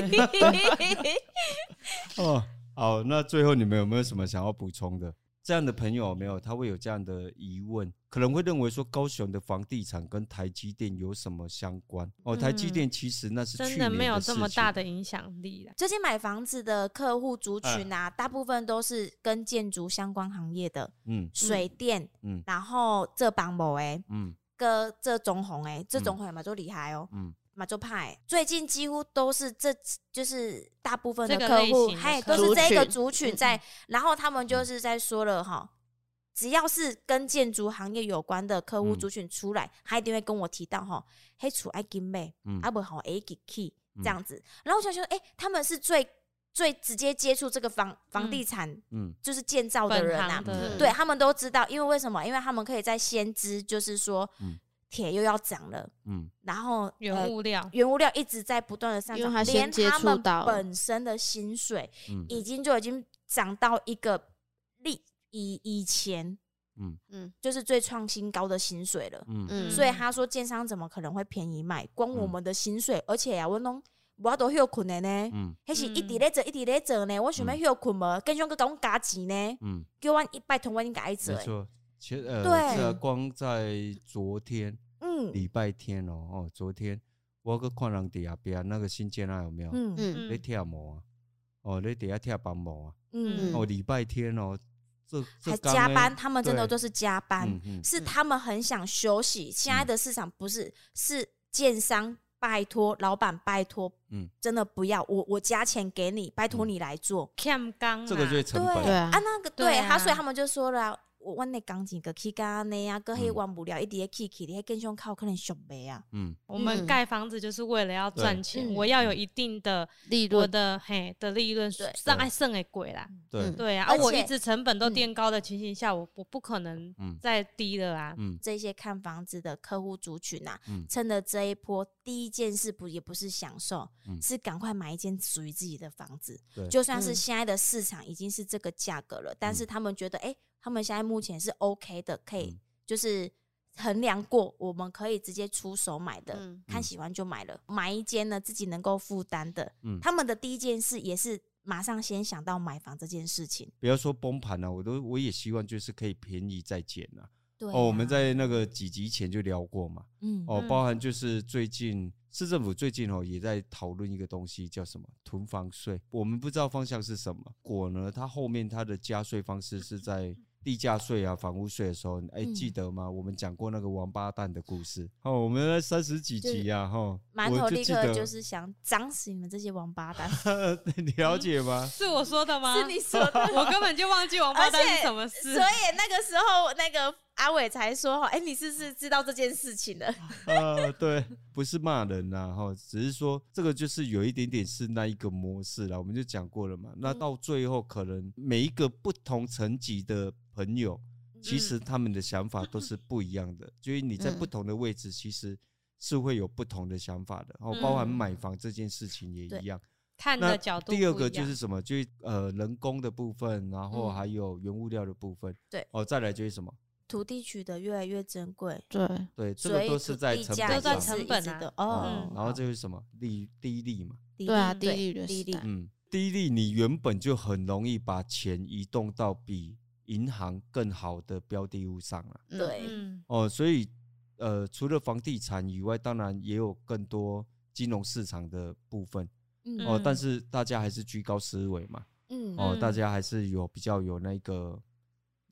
[SPEAKER 1] 哦，好，那最后你们有没有什么想要补充的？这样的朋友有没有，他会有这样的疑问，可能会认为说高雄的房地产跟台积电有什么相关？哦，台积
[SPEAKER 2] 嗯
[SPEAKER 1] 电其实那是去
[SPEAKER 2] 真
[SPEAKER 1] 年
[SPEAKER 2] 没有这么
[SPEAKER 1] 事
[SPEAKER 2] 大
[SPEAKER 1] 情
[SPEAKER 2] 的影响力啦。
[SPEAKER 3] 最近买房子的客户族群
[SPEAKER 4] 嗯
[SPEAKER 3] 啊，大部分都是跟建筑相关行业的，
[SPEAKER 1] 嗯
[SPEAKER 3] 水电，
[SPEAKER 1] 嗯
[SPEAKER 3] 然后这帮某哎，
[SPEAKER 1] 嗯
[SPEAKER 3] 跟这中红哎，这中红也蛮做厉害哦。
[SPEAKER 1] 嗯，
[SPEAKER 3] 马做派，最近几乎都是这，就是大部分的
[SPEAKER 2] 这个
[SPEAKER 3] 客
[SPEAKER 2] 类
[SPEAKER 3] 户，
[SPEAKER 2] 型的
[SPEAKER 3] 嗨，
[SPEAKER 2] 客
[SPEAKER 3] 都
[SPEAKER 2] 户
[SPEAKER 3] 是这个族
[SPEAKER 4] 族群
[SPEAKER 3] 群
[SPEAKER 4] 嗯
[SPEAKER 3] 在，然后他们
[SPEAKER 1] 嗯
[SPEAKER 3] 就是在说了哈，只要是跟建筑行业有关的客户
[SPEAKER 1] 嗯
[SPEAKER 3] 族群出来，他一定会跟我提到哈，黑楚爱金妹
[SPEAKER 1] 嗯，
[SPEAKER 3] 啊不好 A 给 key
[SPEAKER 1] 嗯
[SPEAKER 3] 这样子，然后我想说，哎、他们是最最直接接触这个房房地产，
[SPEAKER 1] 嗯
[SPEAKER 3] 就是建造的
[SPEAKER 2] 本
[SPEAKER 3] 人啊
[SPEAKER 2] 行，的
[SPEAKER 4] 嗯
[SPEAKER 3] 对他们都知道，因为为什么？因为他们可以在先知，就是说
[SPEAKER 1] 嗯
[SPEAKER 3] 铁又要涨了。
[SPEAKER 1] 嗯
[SPEAKER 3] 然后呃
[SPEAKER 2] 原物料，
[SPEAKER 3] 原物料一直在不断的上
[SPEAKER 4] 因为
[SPEAKER 3] 涨，
[SPEAKER 4] 他先
[SPEAKER 3] 连
[SPEAKER 4] 接
[SPEAKER 3] 他
[SPEAKER 4] 触
[SPEAKER 3] 们
[SPEAKER 4] 到
[SPEAKER 3] 本身的薪水
[SPEAKER 1] 嗯
[SPEAKER 3] 已经就已经涨到一个历以以前
[SPEAKER 1] 嗯
[SPEAKER 4] 嗯
[SPEAKER 3] 就是最创新高的薪水了。
[SPEAKER 1] 嗯嗯
[SPEAKER 4] 嗯，
[SPEAKER 3] 所以他说，建商怎么可能会便宜卖？光我
[SPEAKER 1] 嗯
[SPEAKER 3] 们的薪水，而且啊，我拢我都休困的呢，
[SPEAKER 1] 嗯
[SPEAKER 3] 还是一
[SPEAKER 2] 嗯
[SPEAKER 3] 直咧做，一直咧做呢。我想要
[SPEAKER 1] 嗯
[SPEAKER 3] 休困无，跟上个讲加钱呢，
[SPEAKER 1] 嗯，
[SPEAKER 3] 叫我一拜托我应该做
[SPEAKER 1] 没
[SPEAKER 3] 的。
[SPEAKER 1] 错。其实呃，
[SPEAKER 3] 对
[SPEAKER 1] 这光在昨天
[SPEAKER 3] 嗯
[SPEAKER 1] 礼拜天哦哦，昨天我个看人底下边那个新建案有没有？
[SPEAKER 3] 嗯
[SPEAKER 4] 嗯，
[SPEAKER 1] 在跳毛啊，哦，在底下跳板毛啊，
[SPEAKER 3] 嗯，
[SPEAKER 1] 哦，礼拜天哦，这这
[SPEAKER 3] 还
[SPEAKER 1] 刚
[SPEAKER 3] 加
[SPEAKER 1] 欸
[SPEAKER 3] 班，他们真的
[SPEAKER 1] 对
[SPEAKER 3] 都是加班。
[SPEAKER 1] 嗯嗯
[SPEAKER 3] 是他们很想休息。现在的市场不是是建商，拜托老板，拜托，
[SPEAKER 1] 嗯
[SPEAKER 3] 真的不要我我加钱给你，拜托
[SPEAKER 1] 嗯
[SPEAKER 3] 你来做。
[SPEAKER 2] 欠啊刚
[SPEAKER 1] 这个就是成本。
[SPEAKER 4] 对
[SPEAKER 3] 啊，
[SPEAKER 4] 啊，
[SPEAKER 3] 那个
[SPEAKER 2] 对
[SPEAKER 3] 对
[SPEAKER 2] 啊
[SPEAKER 3] 他，所以他们就说了啊、我我那钢琴个 K 加那啊，个黑
[SPEAKER 1] 嗯
[SPEAKER 3] 玩不了，一直 K K 的，更胸靠可能熊没啊。
[SPEAKER 1] 嗯
[SPEAKER 2] 我们
[SPEAKER 4] 嗯
[SPEAKER 2] 盖房子就是为了要赚钱，
[SPEAKER 4] 嗯
[SPEAKER 2] 我要有一定的
[SPEAKER 4] 利
[SPEAKER 2] 我
[SPEAKER 4] 润
[SPEAKER 2] 的嘿的利润，哎
[SPEAKER 3] 对
[SPEAKER 2] 让爱剩给鬼啦。
[SPEAKER 1] 对
[SPEAKER 4] 嗯，
[SPEAKER 2] 对啊，
[SPEAKER 3] 而
[SPEAKER 2] 而
[SPEAKER 3] 且
[SPEAKER 2] 我一直成本都
[SPEAKER 4] 嗯
[SPEAKER 2] 垫高的情形下，我我不可能
[SPEAKER 1] 嗯
[SPEAKER 2] 再低了啊。
[SPEAKER 1] 嗯
[SPEAKER 3] 这些看房子的客户族群啊，
[SPEAKER 1] 嗯
[SPEAKER 3] 趁着这一波，第一件事不也不是享受，
[SPEAKER 1] 嗯
[SPEAKER 3] 是赶快买一间属于自己的房子
[SPEAKER 1] 对。
[SPEAKER 3] 就算是
[SPEAKER 4] 嗯
[SPEAKER 3] 现在的市场已经是这个价格了，但
[SPEAKER 1] 嗯
[SPEAKER 3] 是他们觉得，哎、他们现在目前是 OK 的，可以
[SPEAKER 1] 嗯
[SPEAKER 3] 就是衡量过，我们可以直接出手买的，
[SPEAKER 4] 嗯
[SPEAKER 3] 看
[SPEAKER 1] 嗯
[SPEAKER 3] 喜欢就买了，买一间呢自己能够负担的。
[SPEAKER 1] 嗯
[SPEAKER 3] 他们的第一件事也是马上先想到买房这件事情。
[SPEAKER 1] 不要说崩盘了、我都我也希望就是可以便宜再减啊。
[SPEAKER 3] 对
[SPEAKER 1] 哦，我们
[SPEAKER 3] 啊
[SPEAKER 1] 在那个几集前就聊过嘛。
[SPEAKER 3] 嗯
[SPEAKER 1] 哦，
[SPEAKER 2] 嗯
[SPEAKER 1] 包含就是最近市政府最近哦也在讨论一个东西，叫什么囤房税。我们不知道方向是什么。果呢，它后面它的加税方式是在地价税啊、房屋税的时候，哎、
[SPEAKER 3] 嗯
[SPEAKER 1] 记得吗？我们讲过那个王八蛋的故事。哦，我们在三十几集啊，哈，
[SPEAKER 3] 馒
[SPEAKER 1] 我
[SPEAKER 3] 头
[SPEAKER 1] 就
[SPEAKER 3] 立
[SPEAKER 1] 记
[SPEAKER 3] 刻
[SPEAKER 1] 得
[SPEAKER 3] 就是想 [laughs] 涨死你们这些王八蛋。
[SPEAKER 1] [laughs] 你了解吗？
[SPEAKER 2] 是我说的吗？
[SPEAKER 3] 是你说的， [laughs]
[SPEAKER 2] [laughs] 我根本就忘忘记王八蛋是什么
[SPEAKER 3] 所
[SPEAKER 2] 事，
[SPEAKER 3] 以那个时候，那个阿伟才说：“哎、你是不是知道这件事情了
[SPEAKER 1] 呃，对， [laughs] 不是骂人啦，哈，只是说这个就是有一点点是那一个模式啦，我们就讲过了嘛。
[SPEAKER 2] 嗯
[SPEAKER 1] 那到最后，可能每一个不同层级的朋友，其实
[SPEAKER 2] 嗯
[SPEAKER 1] 他们的想法都是不一样的，所以你在不同的位置，其实是会有不同的想法的。哦，包含
[SPEAKER 4] 嗯
[SPEAKER 1] 买房这件事情也
[SPEAKER 3] 对
[SPEAKER 1] 一样。
[SPEAKER 2] 看
[SPEAKER 1] 那
[SPEAKER 2] 的角度不一
[SPEAKER 1] 第
[SPEAKER 2] 样。嗯
[SPEAKER 1] 二个就是什么？就是呃人工的部分，然后还有原物料的部分。
[SPEAKER 3] 对
[SPEAKER 1] 哦，再来就是什么？？”
[SPEAKER 3] 土地取得越来越珍贵，
[SPEAKER 4] 对，
[SPEAKER 1] 对，这
[SPEAKER 3] 所
[SPEAKER 1] 个
[SPEAKER 3] 以
[SPEAKER 1] 都是
[SPEAKER 3] 土
[SPEAKER 1] 在
[SPEAKER 3] 地
[SPEAKER 1] 成
[SPEAKER 3] 价
[SPEAKER 1] 本
[SPEAKER 2] 都在
[SPEAKER 1] 上
[SPEAKER 3] 也。
[SPEAKER 2] 成
[SPEAKER 3] 是
[SPEAKER 2] 本
[SPEAKER 3] 一直
[SPEAKER 2] 啊
[SPEAKER 3] 的
[SPEAKER 1] 啊
[SPEAKER 3] 哦
[SPEAKER 2] 嗯。
[SPEAKER 1] 然后这就是什么利低利嘛，
[SPEAKER 3] 低
[SPEAKER 4] 对啊
[SPEAKER 3] 利
[SPEAKER 4] 低利率的
[SPEAKER 3] 低
[SPEAKER 4] 时
[SPEAKER 3] 利
[SPEAKER 4] 代
[SPEAKER 1] 嗯，低利你原本就很容易把钱移动到比银行更好的标的物上了。
[SPEAKER 4] 嗯
[SPEAKER 3] 对
[SPEAKER 2] 嗯，
[SPEAKER 1] 哦，所以呃，除了房地产以外，当然也有更多金融市场的部分
[SPEAKER 3] 嗯
[SPEAKER 1] 哦，但
[SPEAKER 2] 嗯
[SPEAKER 1] 是大家还是居高思维嘛，
[SPEAKER 3] 嗯
[SPEAKER 1] 哦，大
[SPEAKER 2] 嗯
[SPEAKER 1] 家还是有比较有那个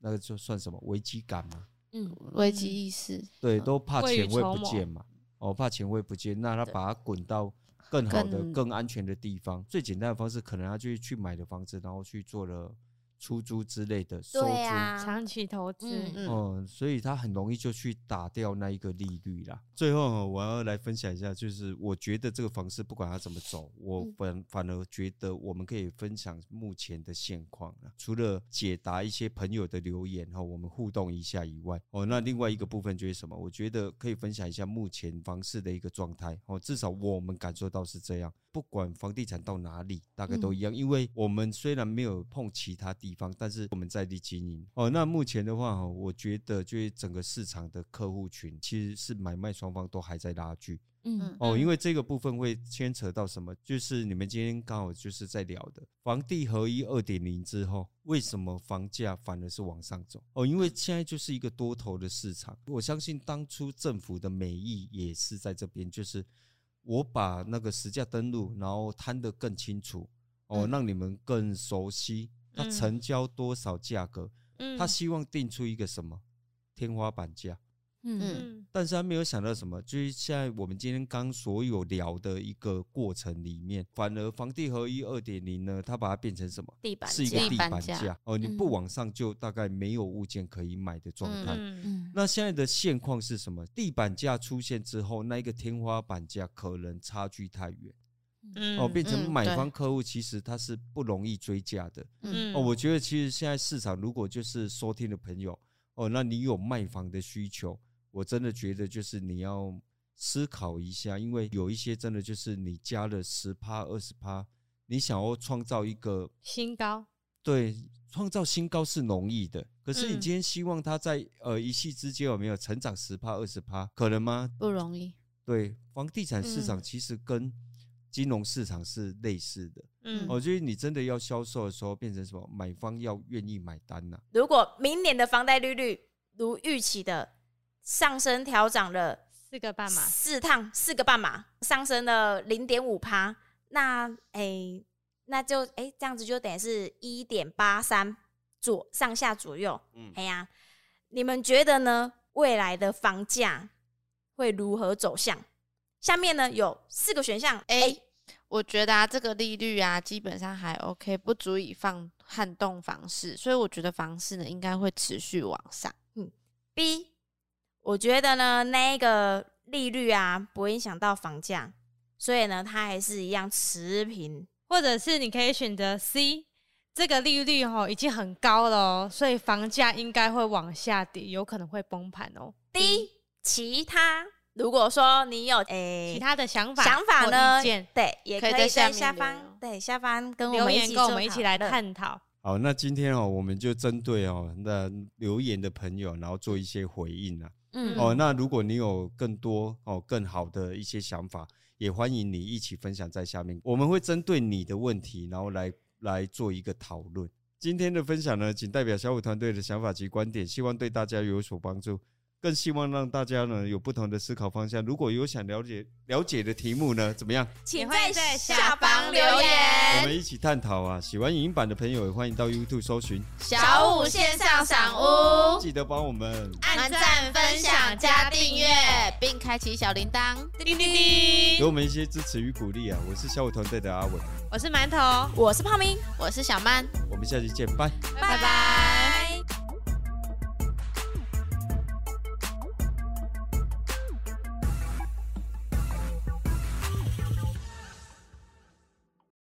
[SPEAKER 1] 那个就算什么危机感嘛，
[SPEAKER 3] 嗯，
[SPEAKER 4] 危机意识，
[SPEAKER 1] 对，
[SPEAKER 4] 嗯
[SPEAKER 1] 都怕
[SPEAKER 2] 未雨
[SPEAKER 1] 钱会
[SPEAKER 2] 绸
[SPEAKER 1] 不
[SPEAKER 2] 缪
[SPEAKER 1] 见嘛，哦，怕钱会不见，那他
[SPEAKER 3] 对
[SPEAKER 1] 把它滚到更好的、
[SPEAKER 4] 更
[SPEAKER 1] 更安全的地方。最简单的方式，可能他就去买了房子，然后去做了出租之类的收租。
[SPEAKER 3] 对啊，
[SPEAKER 2] 长期投
[SPEAKER 3] 嗯
[SPEAKER 2] 资，
[SPEAKER 4] 嗯
[SPEAKER 1] 嗯，所以他很容易就去打掉那一个利率啦。最后哦我要来分享一下，就是我觉得这个房市不管它怎么走，我
[SPEAKER 3] 嗯
[SPEAKER 1] 反反而觉得我们可以分享目前的现况啦。除了解答一些朋友的留言哦哈，我们互动一下以外，哦，那另外一个部分就是什么？我觉得可以分享一下目前房市的一个状态哦，至少我们感受到是这样。不管房地产到哪里，大概都一样，因为我们虽然没有碰其他地方，但是我们在地经营。哦，那目前的话，哦，我觉得就是整个市场的客户群其实是买卖双方都还在拉锯。
[SPEAKER 3] 嗯
[SPEAKER 4] 嗯
[SPEAKER 1] 哦，因为这个部分会牵扯到什么？就是你们今天刚好就是在聊的房地合一二点零之后，为什么房价反而是往上走？哦，因为现在就是一个多头的市场。我相信当初政府的美意也是在这边，就是我把那个实价登录，然后摊得更清楚，哦，
[SPEAKER 4] 嗯
[SPEAKER 1] 让你们更熟悉它
[SPEAKER 2] 嗯
[SPEAKER 1] 成交多少价格，
[SPEAKER 2] 嗯，
[SPEAKER 1] 他希望定出一个什么天花板价。
[SPEAKER 3] 嗯
[SPEAKER 2] 嗯
[SPEAKER 1] 但是他没有想到什么，就是现在我们今天刚所有聊的一个过程里面，反而房地合一二点零呢，它把它变成什么？
[SPEAKER 3] 地板
[SPEAKER 1] 是一
[SPEAKER 3] 价
[SPEAKER 1] 个
[SPEAKER 4] 价
[SPEAKER 1] 地
[SPEAKER 4] 板
[SPEAKER 1] 板
[SPEAKER 4] 价
[SPEAKER 1] 价哦，你
[SPEAKER 3] 嗯
[SPEAKER 1] 不往上就大概没有物件可以买的状态。
[SPEAKER 2] 嗯
[SPEAKER 3] 嗯
[SPEAKER 1] 那现在的现况是什么？地板价出现之后，那一个天花板价可能差距太远、
[SPEAKER 2] 嗯
[SPEAKER 1] 哦，变成
[SPEAKER 4] 嗯
[SPEAKER 1] 买
[SPEAKER 4] 对
[SPEAKER 1] 方客户其实他是不容易追价的。
[SPEAKER 2] 嗯
[SPEAKER 1] 哦，我觉得其实现在市场如果就是收听的朋友，哦，那你有卖房的需求，我真的觉得就是你要思考一下，因为有一些真的就是你加了十趴、二十趴，你想要创造一个
[SPEAKER 2] 新高，
[SPEAKER 1] 对创造新高是容易的，可是你
[SPEAKER 2] 嗯
[SPEAKER 1] 今天希望它在呃一夕之间有没有成长十趴、二十趴，可能吗？
[SPEAKER 4] 不容易，
[SPEAKER 1] 对，房地产市场
[SPEAKER 2] 嗯
[SPEAKER 1] 其实跟金融市场是类似的。
[SPEAKER 2] 嗯，
[SPEAKER 1] 我觉得你真的要销售的时候，变成什么？买方要愿意买单呐、
[SPEAKER 3] 如果明年的房贷利率如预期的上升调涨了
[SPEAKER 2] 四个半嘛，
[SPEAKER 3] 四趟四个半码，上升了零点五趴，那诶、那就诶、这样子就等于是一点八三左上下左右，
[SPEAKER 1] 嗯
[SPEAKER 3] 哎呀、你们觉得呢？未来的房价会如何走向？下面呢有四个选项
[SPEAKER 4] A 我觉得啊，这个利率啊，基本上还 OK，不足以放撼动房市，所以我觉得房市呢应该会持续往上。
[SPEAKER 3] B，我觉得呢，那一个利率啊，不会影响到房价，所以呢，它还是一样持平。
[SPEAKER 2] 或者是你可以选择 C，这个利率哦已经很高了哦，所以房价应该会往下跌，有可能会崩盘哦。
[SPEAKER 3] D，其他如果说你有诶、
[SPEAKER 2] 其他的想法、
[SPEAKER 3] 想法呢
[SPEAKER 2] 意见，，
[SPEAKER 3] 对，也
[SPEAKER 4] 可以
[SPEAKER 3] 可
[SPEAKER 4] 在
[SPEAKER 3] 以在
[SPEAKER 4] 下面
[SPEAKER 3] 下
[SPEAKER 4] 留
[SPEAKER 3] 方
[SPEAKER 4] 言
[SPEAKER 3] 对下方跟我
[SPEAKER 2] 留
[SPEAKER 3] 们一
[SPEAKER 2] 言
[SPEAKER 3] 起
[SPEAKER 2] 跟我
[SPEAKER 3] 做
[SPEAKER 2] 们一起
[SPEAKER 3] 讨
[SPEAKER 2] 来
[SPEAKER 3] 论。
[SPEAKER 2] 探讨。
[SPEAKER 1] 好，那今天哦，我们就针对哦那留言的朋友，然后做一些回应啊。
[SPEAKER 3] 嗯，
[SPEAKER 1] 哦，那如果你有更多哦更好的一些想法，也欢迎你一起分享在下面，我们会针对你的问题，然后来来做一个讨论。今天的分享呢，仅代表小五团队的想法及观点，希望对大家有所帮助，更希望让大家呢有不同的思考方向。如果有想了解了解的题目呢，怎么样？
[SPEAKER 3] 请
[SPEAKER 2] 欢
[SPEAKER 3] 在
[SPEAKER 2] 迎在下
[SPEAKER 3] 下方
[SPEAKER 4] 方
[SPEAKER 3] 留
[SPEAKER 4] 留
[SPEAKER 1] 我
[SPEAKER 3] 言。
[SPEAKER 1] 们一起探讨啊！喜欢影音版的朋友，也欢迎到 YouTube 搜寻，
[SPEAKER 4] 小五线上赏屋，
[SPEAKER 1] 记得帮我们。
[SPEAKER 4] 按赞、分享、加订阅，并开启小铃铛。
[SPEAKER 2] 叮叮叮
[SPEAKER 1] 给，我们一些支持与鼓励啊！我是小五团队的阿伟，
[SPEAKER 2] 我是馒头，
[SPEAKER 3] 我是泡明，
[SPEAKER 4] 我是小曼，
[SPEAKER 1] 我们下期见，拜。
[SPEAKER 3] 拜拜。